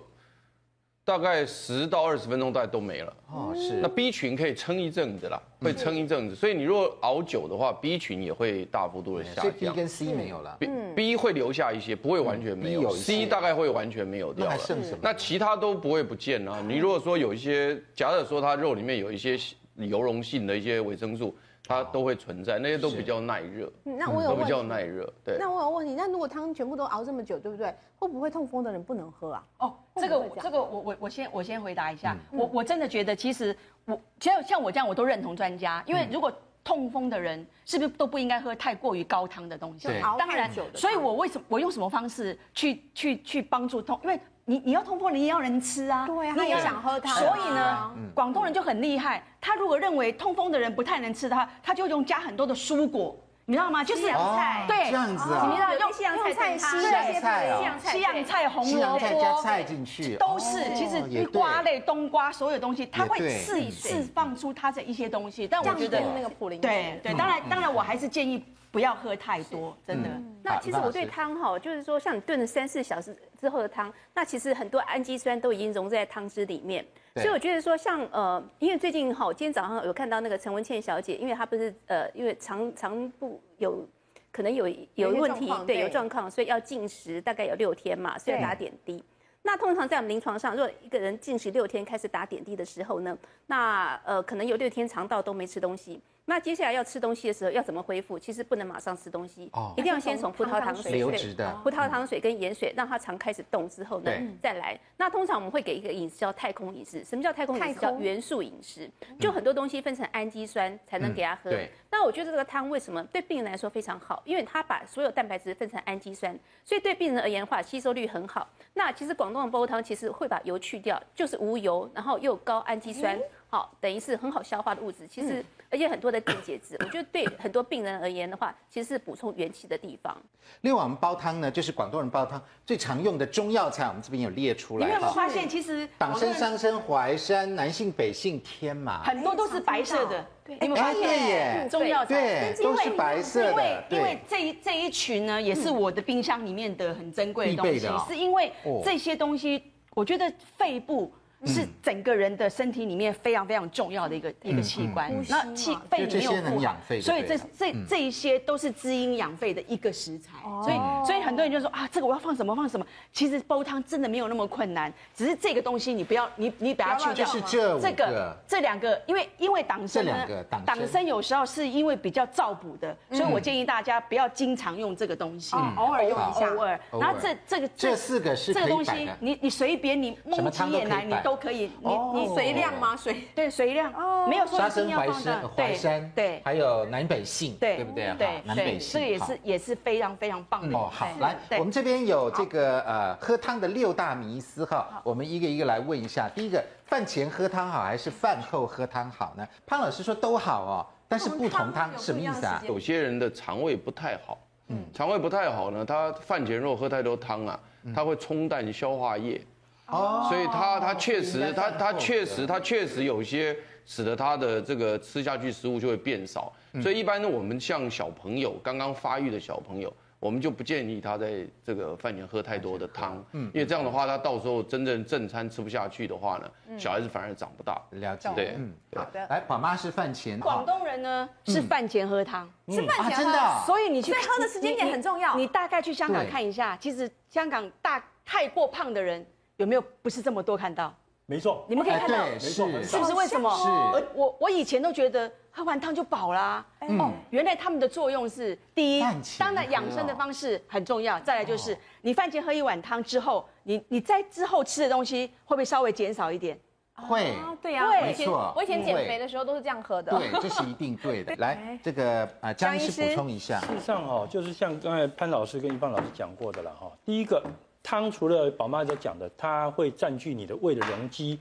Speaker 6: 大概十到二十分钟，大概都没了。
Speaker 2: 哦，是
Speaker 6: 那
Speaker 1: 嗯
Speaker 6: B 群可以撑一阵子啦，会撑一阵子，所以你如果熬久的话，B 群也会大幅度的下
Speaker 2: 所以 B
Speaker 6: 降。
Speaker 2: 跟
Speaker 5: 嗯
Speaker 2: C 没有了，
Speaker 6: B
Speaker 1: 嗯
Speaker 6: B 会留下一些，不会完全
Speaker 2: 嗯
Speaker 6: 没
Speaker 2: ，B
Speaker 6: 有
Speaker 2: 有一些
Speaker 6: ，C 大概会完全没有掉
Speaker 2: 那还
Speaker 6: 了。
Speaker 2: 剩什么？
Speaker 6: 那其他都不会不见啊。你如果说有一些，假设说它肉里面有一些油溶性的一些维生素，它都会存在，那些都比较耐热，
Speaker 1: 嗯那我有
Speaker 6: 都比
Speaker 1: 问
Speaker 6: 较
Speaker 1: 题。
Speaker 6: 耐热。对，
Speaker 1: 那我有问题，那如果汤全部都熬这么久，对不对？会不会痛风的人不能喝啊？
Speaker 5: 哦，这
Speaker 1: 会
Speaker 5: 个
Speaker 1: 不会这样
Speaker 5: 这个我我我先我先回答一下，
Speaker 2: 嗯
Speaker 5: 我我真的觉得其实我像像我这样我都认同专家，因为
Speaker 2: 嗯
Speaker 5: 如果痛风的人是不是都不应该喝太过于高汤的东西？
Speaker 2: 对
Speaker 1: 熬
Speaker 5: 当
Speaker 1: 太
Speaker 5: 然
Speaker 1: 久的，汤
Speaker 5: 所以我为什么我用什么方式去去去帮助痛？因为你你要痛风，你也要人吃啊，
Speaker 1: 对啊
Speaker 5: 你也
Speaker 1: 他也想喝汤啊
Speaker 5: 所以呢，
Speaker 2: 嗯
Speaker 5: 广东人就很厉害，他如果认为痛风的人不太能吃的话，他就用加很多的蔬果，你知道吗？就是
Speaker 1: 西洋菜
Speaker 5: 对，
Speaker 2: 这样子啊
Speaker 5: 你知道用
Speaker 1: 西洋哦菜
Speaker 5: 炖它
Speaker 1: 西
Speaker 2: 洋菜哦
Speaker 1: 西洋菜
Speaker 5: 西洋菜、红
Speaker 2: 西
Speaker 5: 萝
Speaker 2: 洋菜
Speaker 5: 卜。
Speaker 2: 加菜进去
Speaker 5: 都是，其
Speaker 2: 哦也对
Speaker 5: 实瓜类、冬瓜所有东西，它
Speaker 2: 也
Speaker 5: 会
Speaker 2: 对
Speaker 5: 释释放出它的一些东西。但我
Speaker 1: 降低
Speaker 5: 觉得，
Speaker 1: 那个普林斯
Speaker 5: 对对，当
Speaker 2: 嗯
Speaker 5: 然当然，我还是建议不要喝太多，真的。
Speaker 3: 嗯那
Speaker 2: 好
Speaker 3: 其实
Speaker 2: 那啊老
Speaker 3: 我对
Speaker 2: 师
Speaker 3: 汤哈，就是说像你炖了三四小时之后的汤，那其实很多氨基酸都已经融在汤汁里面。
Speaker 2: 对
Speaker 3: 所以我觉得说像，呃，因为最近哈，我今天早上有看到那个陈文倩小姐，因为她不是呃，因为肠肠部有可能有有
Speaker 1: 有一些
Speaker 3: 问
Speaker 1: 状
Speaker 3: 题
Speaker 1: 况，
Speaker 3: 对，
Speaker 1: 对
Speaker 3: 有状况，所以要禁食大概有六天嘛，所以要
Speaker 1: 对
Speaker 3: 打点滴。那通常在我们临床上，如果一个人禁食六天开始打点滴的时候呢，那呃可能有六天肠道都没吃东西，那接下来要吃东西的时候要怎么恢复？其实不能马上吃东西，
Speaker 2: 哦
Speaker 3: 一定要先从葡萄糖水
Speaker 2: 流
Speaker 3: 对
Speaker 2: 质的嗯
Speaker 3: 葡萄糖水跟盐水，让它肠开始动之后呢
Speaker 2: 对，
Speaker 3: 再来。那通常我们会给一个饮食叫太空饮食，什么叫太空饮
Speaker 1: 太
Speaker 3: 食？
Speaker 1: 空
Speaker 3: 叫元素饮食，就很多东西分成氨基酸才能给他喝
Speaker 2: 嗯对。
Speaker 3: 那我觉得这个汤为什么对病人来说非常好？因为它把所有蛋白质分成氨基酸，所以对病人而言的话，吸收率很好。那其实广东的煲汤其实会把油去掉，就是无油，然后又高氨基
Speaker 2: 嗯
Speaker 3: 酸，好，等于是很好消化的物质。其实而且很多的电解质，我觉得对很多病人而言的话，其实是补充元气的地方。
Speaker 2: 另外，我们煲汤呢，就是广东人煲汤最常用的中药材，我们这边有列出
Speaker 5: 你们
Speaker 2: 来
Speaker 5: 有没有
Speaker 2: 哈。
Speaker 5: 发现，其实
Speaker 2: 党参、
Speaker 5: 很多人
Speaker 2: 桑参、淮山、南杏、北杏、天麻，
Speaker 5: 很多都是白色的，
Speaker 1: 对
Speaker 5: 你有没有发
Speaker 2: 哎对
Speaker 5: 现
Speaker 2: 耶？
Speaker 5: 中药
Speaker 2: 对
Speaker 5: 材，
Speaker 2: 都是白色
Speaker 5: 因为
Speaker 2: 的，
Speaker 5: 因为
Speaker 2: 对，
Speaker 5: 这一这一群呢，也是我的冰箱里面的很珍贵的东
Speaker 2: 必备
Speaker 5: 西
Speaker 2: 的哦，
Speaker 5: 是因为
Speaker 2: 哦
Speaker 5: 这些东西，我觉得肺部是整个人的身体里面非常非常重要的一
Speaker 2: 嗯
Speaker 5: 个一个器官。那气肺里面
Speaker 2: 就这些
Speaker 5: 有
Speaker 2: 能
Speaker 5: 固
Speaker 2: 养肺就
Speaker 5: 所以
Speaker 2: 对啊嗯
Speaker 5: 这
Speaker 2: 了
Speaker 5: 这这一些都是滋阴养肺的一个食材。
Speaker 2: 哦
Speaker 5: 所以所以很多人就说啊，这个我要放什么放什么。其实煲汤真的没有那么困难，只是这个东西你不要你你把它去掉。
Speaker 2: 就是这五个
Speaker 5: 这个这两个，因为因为党参
Speaker 2: 这
Speaker 5: 呢
Speaker 2: 两个党参
Speaker 5: 党参有时候是因为比较燥补的，
Speaker 2: 嗯
Speaker 5: 所以我建议大家不要经常用这个东西，
Speaker 1: 嗯
Speaker 5: 偶尔用一下，偶尔。然后这这个
Speaker 2: 这四个是
Speaker 5: 这
Speaker 2: 可
Speaker 5: 个
Speaker 2: 以
Speaker 5: 东
Speaker 2: 摆
Speaker 5: 西
Speaker 2: 的，
Speaker 5: 你你随便你
Speaker 2: 什么
Speaker 5: 蒙起
Speaker 2: 汤都
Speaker 5: 眼来
Speaker 2: 可以
Speaker 5: 你
Speaker 2: 摆
Speaker 5: 都可以，你
Speaker 2: 哦
Speaker 5: 你
Speaker 1: 水量吗？水
Speaker 5: 对水量没有说
Speaker 2: 沙
Speaker 5: 一定
Speaker 2: 参、
Speaker 5: 要
Speaker 2: 淮
Speaker 5: 放
Speaker 2: 山、
Speaker 5: 大，
Speaker 2: 淮山，
Speaker 5: 对
Speaker 2: 还有南北杏，
Speaker 5: 对
Speaker 2: 对不啊对？哈
Speaker 5: 对
Speaker 2: 南
Speaker 5: 对，
Speaker 2: 北
Speaker 5: 这
Speaker 2: 杏，
Speaker 5: 个也
Speaker 2: 哈
Speaker 5: 是也是非常非常棒的。
Speaker 2: 哦，好，来，
Speaker 5: 对
Speaker 2: 我们这边有这个呃喝汤的六大迷思哈，我们一个一个来问一下。第一个，饭前喝汤好还是饭后喝汤好呢？潘老师说都好哦，但是不同汤什么意思啊？
Speaker 6: 有些人的肠胃不太好，
Speaker 2: 嗯
Speaker 6: 肠胃不太好呢，他饭前如果喝太多汤啊，
Speaker 2: 嗯
Speaker 6: 他会冲淡消化液，
Speaker 2: 哦，
Speaker 6: 所以他他确
Speaker 2: 应
Speaker 6: 实
Speaker 2: 该哦
Speaker 6: 他
Speaker 2: 饭
Speaker 6: 他
Speaker 2: 后
Speaker 6: 确
Speaker 2: 喝
Speaker 6: 实他确实有些使得他的这个吃下去食物就会变少，所以一般我们像小朋友刚刚发育的小朋友。我们就不建议他在这个饭前喝太多的汤，因为这样的话，他到时候真正正餐吃不下去的话呢，小孩子反而长不大。
Speaker 2: 了解，
Speaker 6: 对
Speaker 2: 嗯，
Speaker 1: 好的
Speaker 2: 来，宝妈是饭前哈，
Speaker 5: 广东人呢
Speaker 2: 嗯
Speaker 5: 是饭前喝汤，
Speaker 1: 吃饭
Speaker 2: 啊，
Speaker 1: 前
Speaker 2: 真
Speaker 1: 喝
Speaker 2: 的啊，
Speaker 5: 所以你去
Speaker 1: 所以喝的时间点很重要
Speaker 5: 你你大概去香港
Speaker 2: 对
Speaker 5: 看一下，其实香港大太过胖的人有没有不是这么多看到？
Speaker 4: 没错，
Speaker 5: 你们可以
Speaker 2: 哎
Speaker 5: 看到，
Speaker 2: 对，
Speaker 4: 错没
Speaker 5: 是
Speaker 2: 是
Speaker 5: 不是为什么？
Speaker 2: 是
Speaker 5: 我我我以前都觉得喝完汤就饱啦。
Speaker 2: 嗯
Speaker 5: 哦，原来他们的作用是第一
Speaker 2: 饭前，哦
Speaker 5: 当然养生的方式很重要。再来就是你饭前喝一碗汤之后，你你在之后吃的东西会不会稍微减少一点？
Speaker 2: 会。
Speaker 1: 啊，对呀，
Speaker 5: 对
Speaker 1: 我以前
Speaker 2: 没错
Speaker 1: 我以前减
Speaker 2: 对
Speaker 1: 肥的时候都是这样喝的。
Speaker 2: 对，这是一定对的。来，这个啊，江
Speaker 1: 江
Speaker 2: 医
Speaker 1: 医
Speaker 2: 师
Speaker 1: 师
Speaker 2: 补充一下，
Speaker 4: 事实上哦，就是像刚才潘老师跟一芳老师讲过的了哈。第一个，汤除了宝妈在讲的，它会占据你的胃的容积，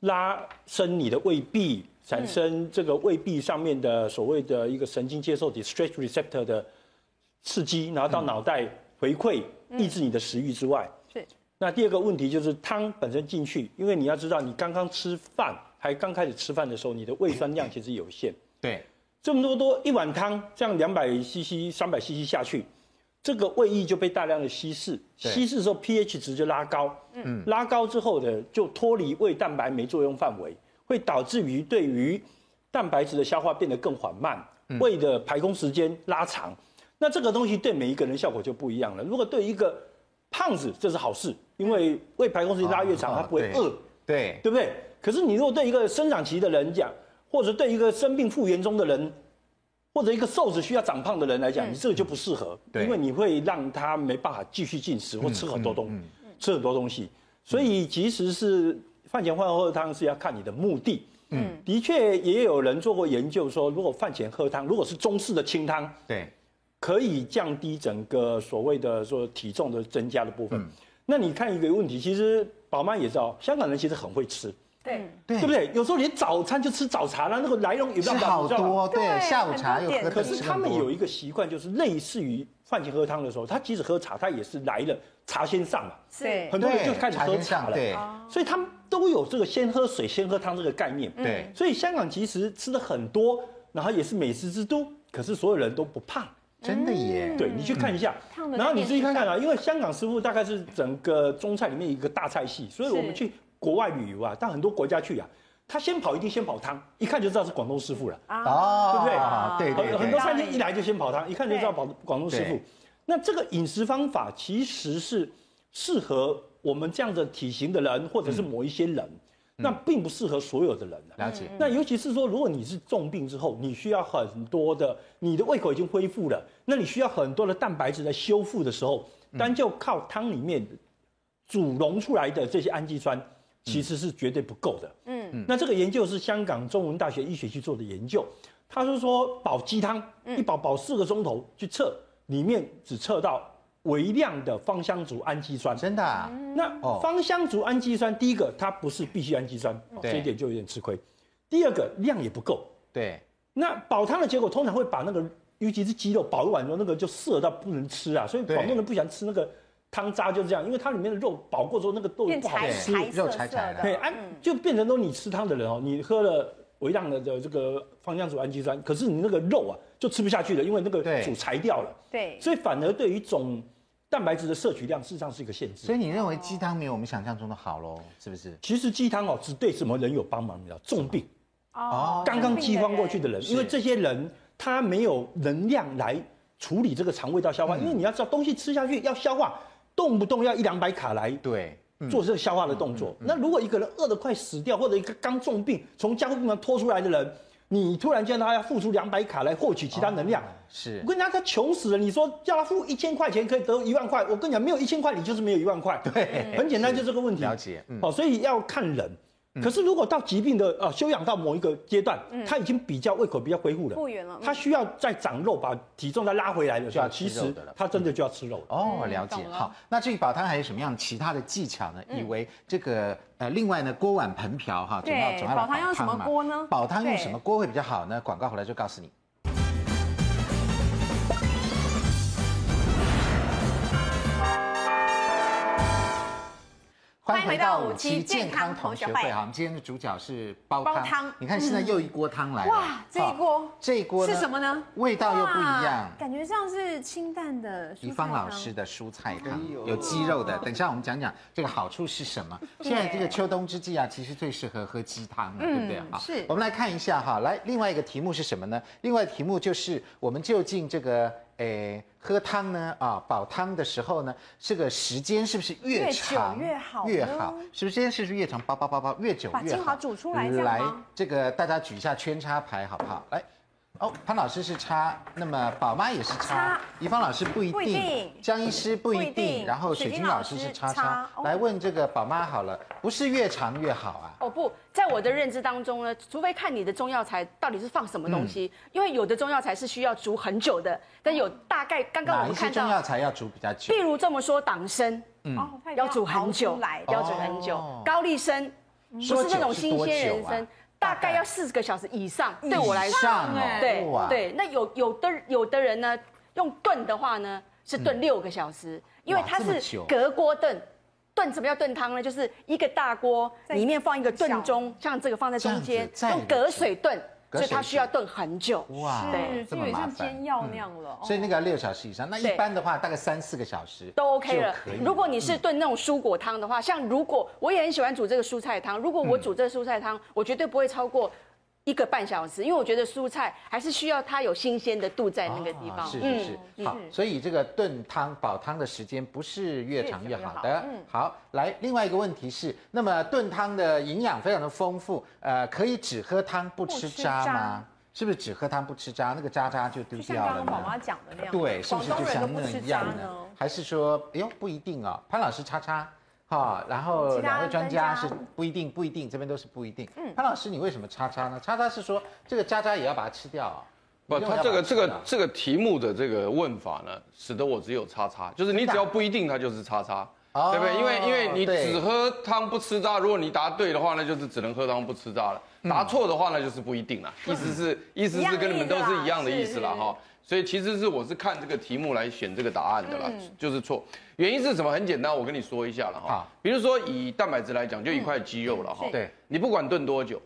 Speaker 4: 拉伸你的胃壁，产生这个胃壁上面的所谓的一个神经接受体 （stretch receptor） 的刺激，然后到脑袋回馈，抑制你的食欲之外。
Speaker 1: 是。
Speaker 4: 那第二个问题就是汤本身进去，因为你要知道，你刚刚吃饭，还刚开始吃饭的时候，你的胃酸量其实有限。
Speaker 2: 对，
Speaker 4: 这么多多一碗汤，这样两百 CC、三百 CC 下去，这个胃液就被大量的稀释，
Speaker 2: 对
Speaker 4: 稀释的时候 pH 值就拉高，嗯，拉高之后呢，就脱离胃蛋白酶作用范围，会导致于对于蛋白质的消化变得更缓慢，
Speaker 2: 嗯
Speaker 4: 胃的排空时间拉长。那这个东西对每一个人效果就不一样了。如果对一个胖子，这是好事，因为胃排空时间拉越长，
Speaker 2: 啊
Speaker 4: 他不会
Speaker 2: 对
Speaker 4: 饿。
Speaker 2: 对，
Speaker 4: 对不对？可是你如果对一个生长期的人讲，或者对一个生病复原中的人，或者一个瘦子需要长胖的人来讲，你这个就不适合，
Speaker 2: 对
Speaker 4: 因为你会让他没办法继续进食或吃很多东、吃很多东西。所以其实是饭前饭后喝汤是要看你的目的。嗯，的确也有人做过研究说，如果饭前喝汤，如果是中式的清汤，
Speaker 2: 对，
Speaker 4: 可以降低整个所谓的说体重的增加的部分。
Speaker 2: 嗯
Speaker 4: 那你看一个问题，其实宝妈也知道，香港人其实很会吃，
Speaker 1: 对，
Speaker 2: 对
Speaker 4: 对不对？有时候连早餐就吃早茶了，那个来龙也
Speaker 2: 吃好。多，对，
Speaker 1: 对
Speaker 2: 下午茶
Speaker 1: 很多
Speaker 2: 又
Speaker 1: 点
Speaker 2: 喝
Speaker 4: 可
Speaker 2: 得
Speaker 4: 是
Speaker 2: 吃
Speaker 4: 他
Speaker 2: 很
Speaker 4: 们
Speaker 2: 多
Speaker 4: 有一个习惯，就是类似于饭前喝汤的时候，他即使喝茶，他也是来了茶先上嘛。
Speaker 1: 是
Speaker 4: 很多人
Speaker 2: 对
Speaker 4: 就开始喝
Speaker 2: 茶先上
Speaker 4: 茶了，
Speaker 2: 对，
Speaker 1: 哦
Speaker 4: 所以他们都有这个先喝水先喝汤这个概念。
Speaker 2: 对
Speaker 4: 所以香港其实吃的很多，然后也是美食之都，可是所有人都不胖。
Speaker 2: 真的耶，
Speaker 4: 对你去看一下，
Speaker 1: 烫的
Speaker 4: 然后你
Speaker 1: 在
Speaker 4: 自己看看啊，因为香港师傅大概是整个中菜里面一个大菜系，所以我们去国外旅游啊，到很多国家去啊，他先跑一定先跑汤，一看就知道是广东师傅了。
Speaker 5: 啊
Speaker 2: 哦，啊对对
Speaker 4: 很
Speaker 2: 对，
Speaker 4: 很多餐厅一来就先跑汤，一看就知道广广东师傅
Speaker 2: 对。
Speaker 4: 那这个饮食方法其实是适合我们这样的体型的人，或者是某一些人，
Speaker 2: 嗯
Speaker 4: 那并不适合所有的人、啊。
Speaker 2: 了解。
Speaker 4: 那尤其是说，如果你是重病之后，你需要很多的，你的胃口已经恢复了，那你需要很多的蛋白质来修复的时候，单就靠汤里面煮溶出来的这些氨基酸，其实是绝对不够的。嗯，那这个研究是香港中文大学医学系做的研究，他是说煲鸡汤，一煲煲四个钟头去测，里面只测到微量的芳香族氨基
Speaker 1: 嗯
Speaker 4: 酸。
Speaker 2: 真的啊、
Speaker 4: 那
Speaker 2: 哦
Speaker 4: 芳香族氨基酸，第一个它不是必需氨基酸，哦
Speaker 2: 对
Speaker 4: 这一点就有点吃亏；第二个量也不够。
Speaker 2: 对，
Speaker 4: 那煲汤的结果通常会把那个，尤其是鸡肉煲一碗之后，那个就涩到不能吃啊，所以
Speaker 2: 对
Speaker 4: 广东人不喜欢吃那个汤渣，就是这样，因为它里面的肉煲过之后，那个肉
Speaker 1: 变
Speaker 4: 不好
Speaker 1: 柴
Speaker 4: 吃。
Speaker 2: 吃
Speaker 1: 柴
Speaker 2: 肉
Speaker 1: 色
Speaker 2: 柴
Speaker 1: 色
Speaker 2: 柴
Speaker 1: 的，
Speaker 4: 对，啊，就变成说你吃汤的人哦，你喝了微量的这个芳香族氨基酸，可是你那个肉啊就吃不下去了，因为那个
Speaker 2: 对
Speaker 4: 煮柴掉了。
Speaker 1: 对，
Speaker 4: 所以反而对于一种蛋白质的摄取量事实上是一个限制。
Speaker 2: 所以你认为鸡汤没有我们想象中的好喽？是不是？
Speaker 4: 其实鸡汤哦，只对什么人有帮忙？你知道，重病，
Speaker 1: 哦
Speaker 4: 刚刚饥荒过去的人，因为这些人他没有能量来处理这个肠胃道消化，因为你要知道东西吃下去要消化，动不动要一两百卡来
Speaker 2: 对，
Speaker 4: 做这个消化的动作。那如果一个人饿得快死掉，或者一个刚重病从加护病房拖出来的人，你突然间让他要付出两百卡来获取其他能量，
Speaker 2: 是
Speaker 4: 我跟你讲，他穷死了。你说叫他付一千块钱可以得一万块，我跟你讲，没有一千块你就是没有一万块。对，很简单，就这个问题。
Speaker 2: 了解嗯
Speaker 4: 哦，所以要看人。可是如果到疾病的啊休养到某一个阶段，
Speaker 2: 嗯
Speaker 4: 他已经比较胃口比较恢复了，
Speaker 1: 复原了嗯
Speaker 4: 他需要再长肉，把体重再拉回来的时
Speaker 2: 就要
Speaker 4: 候，
Speaker 2: 吃
Speaker 4: 其
Speaker 2: 肉
Speaker 4: 实
Speaker 2: 的了嗯
Speaker 4: 他真的就要吃肉了。
Speaker 2: 哦，
Speaker 1: 嗯
Speaker 2: 了解
Speaker 5: 懂。了
Speaker 2: 好，那至于煲汤还有什么样其他的技巧
Speaker 1: 嗯
Speaker 2: 呢？以为这个呃，另外呢，锅碗盆瓢哈，总要
Speaker 1: 对
Speaker 2: 总要来
Speaker 1: 煲汤用什么
Speaker 2: 嘛
Speaker 1: 锅呢
Speaker 2: 煲汤用
Speaker 1: 对
Speaker 2: 什么锅会比较好呢？广告回来就告诉你。欢迎回到五期健康同学会哈，我们今天的主角是煲汤。
Speaker 1: 煲汤嗯
Speaker 2: 你看现在又一锅汤来了。
Speaker 1: 哇这一锅
Speaker 2: 哦这一锅呢
Speaker 1: 是什么呢？
Speaker 2: 味道又不一样
Speaker 1: 哇。感觉像是清淡的蔬菜
Speaker 2: 怡芳老
Speaker 1: 汤
Speaker 2: 师的蔬菜汤有鸡肉的，等一下我们讲讲这个好处是什么。现在这个秋冬之际啊，其实最适合喝鸡汤了，对不对？好，
Speaker 1: 嗯是
Speaker 2: 我们来看一下哈，来另外一个题目是什么呢？另外题目就是我们究竟这个诶喝汤呢啊煲汤的时候呢，这个时间是不是
Speaker 1: 越
Speaker 2: 越
Speaker 1: 久
Speaker 2: 长
Speaker 1: 越好
Speaker 2: 越
Speaker 1: 呢
Speaker 2: 好，是不是？时间是不是越长煲煲煲煲越久
Speaker 1: 把
Speaker 2: 越
Speaker 1: 精华
Speaker 2: 好？
Speaker 1: 煮出来这样
Speaker 2: 来
Speaker 1: 吗
Speaker 2: 这个大家举一下圈插牌好不好？来。哦，潘老师是叉，那么宝妈也是叉
Speaker 1: 叉，
Speaker 2: 怡芳老师不一
Speaker 1: 不一
Speaker 2: 定
Speaker 1: 定，
Speaker 2: 江医师不一
Speaker 1: 不一
Speaker 2: 定，
Speaker 1: 定
Speaker 2: 然后
Speaker 1: 水
Speaker 2: 水
Speaker 1: 晶
Speaker 2: 晶
Speaker 1: 老
Speaker 2: 老师
Speaker 1: 师
Speaker 2: 是叉叉
Speaker 1: 叉哦。
Speaker 2: 来问这个宝妈好了，不是越长越好啊？
Speaker 5: 哦不，在我的认知当中呢，除非看你的中药材到底是放什么东西，
Speaker 2: 嗯
Speaker 5: 因为有的中药材是需要煮很久的，但有大概刚刚我
Speaker 2: 哪一
Speaker 5: 们
Speaker 2: 些
Speaker 5: 看
Speaker 2: 中药
Speaker 5: 到，
Speaker 2: 材要煮比较久
Speaker 5: 譬？如这么说党参
Speaker 1: 哦，它一定
Speaker 5: 要煮很
Speaker 1: 熬
Speaker 5: 久
Speaker 1: 出来，
Speaker 5: 要煮很久
Speaker 2: 嗯哦，
Speaker 5: 高丽参不是
Speaker 2: 说久
Speaker 5: 那种
Speaker 2: 是
Speaker 5: 新
Speaker 2: 多
Speaker 5: 鲜
Speaker 2: 久
Speaker 5: 人
Speaker 2: 啊
Speaker 5: 参，大概要四十个小时以上，对我来
Speaker 2: 以
Speaker 5: 说。
Speaker 2: 上哦，
Speaker 5: 对
Speaker 2: 哇，
Speaker 5: 对，那有有的有的人呢，用炖的话呢，是炖六个小时，因为它
Speaker 2: 嗯这么
Speaker 5: 是
Speaker 2: 久
Speaker 5: 隔锅炖。炖什么叫炖汤呢？就是一个大锅
Speaker 1: 在
Speaker 5: 里面放一个炖盅，像这个放在中
Speaker 2: 这样
Speaker 5: 间
Speaker 2: 子，再
Speaker 5: 用隔水炖，
Speaker 2: 隔
Speaker 5: 所以
Speaker 2: 水
Speaker 5: 它
Speaker 2: 炖
Speaker 5: 需要炖很久。
Speaker 2: 哇
Speaker 1: 是，
Speaker 5: 对
Speaker 1: 就有
Speaker 2: 这么
Speaker 1: 点
Speaker 2: 麻
Speaker 1: 像
Speaker 2: 烦嗯
Speaker 1: 煎。药那样了。哦
Speaker 2: 所以那个要六小时以上，那一
Speaker 5: 对
Speaker 2: 般的话大概三四个小时
Speaker 5: 都 OK
Speaker 2: 就
Speaker 5: 了
Speaker 2: 可以。
Speaker 5: 如果你是炖那种蔬果汤的话，像如果我也很喜欢煮这个蔬菜汤，如果我煮这个蔬菜汤，我绝对不会超过一个半小时，因为我觉得蔬菜还是需要它有新鲜的度在那个地
Speaker 2: 啊
Speaker 5: 方。嗯
Speaker 2: 是是
Speaker 1: 嗯
Speaker 2: 是，好，所以这个炖汤、煲汤的时间不是越长越好的。
Speaker 1: 嗯
Speaker 2: 好，来，另外一个问题是，那么炖汤的营养非常的丰富，呃，可以只喝汤不吃渣吗？是不是只喝汤不吃渣？那个渣渣就丢
Speaker 1: 就像
Speaker 2: 掉
Speaker 1: 刚
Speaker 2: 了
Speaker 1: 刚宝妈
Speaker 2: 呢？
Speaker 1: 讲的那样，
Speaker 2: 对，是
Speaker 1: 广
Speaker 2: 不是
Speaker 1: 东人
Speaker 2: 就
Speaker 1: 都
Speaker 2: 像
Speaker 1: 不
Speaker 2: 那
Speaker 1: 吃渣
Speaker 2: 样呢
Speaker 1: 呢？？
Speaker 2: 还是说，哎呦，不一定哦。潘老师叉叉。
Speaker 1: 嗯
Speaker 2: 哈，然后呃
Speaker 1: 其他
Speaker 2: 两位专家是
Speaker 1: 专家
Speaker 2: 不一定，不一定，这边都是不一定。
Speaker 1: 嗯
Speaker 2: 潘老师，你为什么叉叉呢？叉叉是说这个渣渣也要把它吃掉啊？
Speaker 6: 不，
Speaker 2: 你认为
Speaker 6: 他
Speaker 2: 要
Speaker 6: 这
Speaker 2: 把它
Speaker 6: 个这
Speaker 2: 吃掉
Speaker 6: 个这个题目的这个问法呢，使得我只有叉叉，就是你
Speaker 2: 真的啊
Speaker 6: 只要不一定，它就是叉叉，
Speaker 2: 哦
Speaker 6: 对不对？因为因为你
Speaker 2: 对
Speaker 6: 只喝汤不吃渣，如果你答对的话，那就是只能喝汤不吃渣了；答错的话，那就是不一定了。意思是意思
Speaker 1: 一样
Speaker 6: 是
Speaker 1: 的
Speaker 6: 跟你们都是一样的
Speaker 1: 意
Speaker 6: 意
Speaker 1: 思
Speaker 6: 思
Speaker 1: 啦
Speaker 6: 了
Speaker 1: 是
Speaker 6: 哈。所以其实是我是看这个题目来选这个答案的啦，就是错。原因是什么？很简单，我跟你说一下了哈
Speaker 2: 好。
Speaker 6: 比如说以蛋白质来讲，就一块鸡肉了哈
Speaker 1: 是，
Speaker 2: 对，
Speaker 6: 你不管炖多久，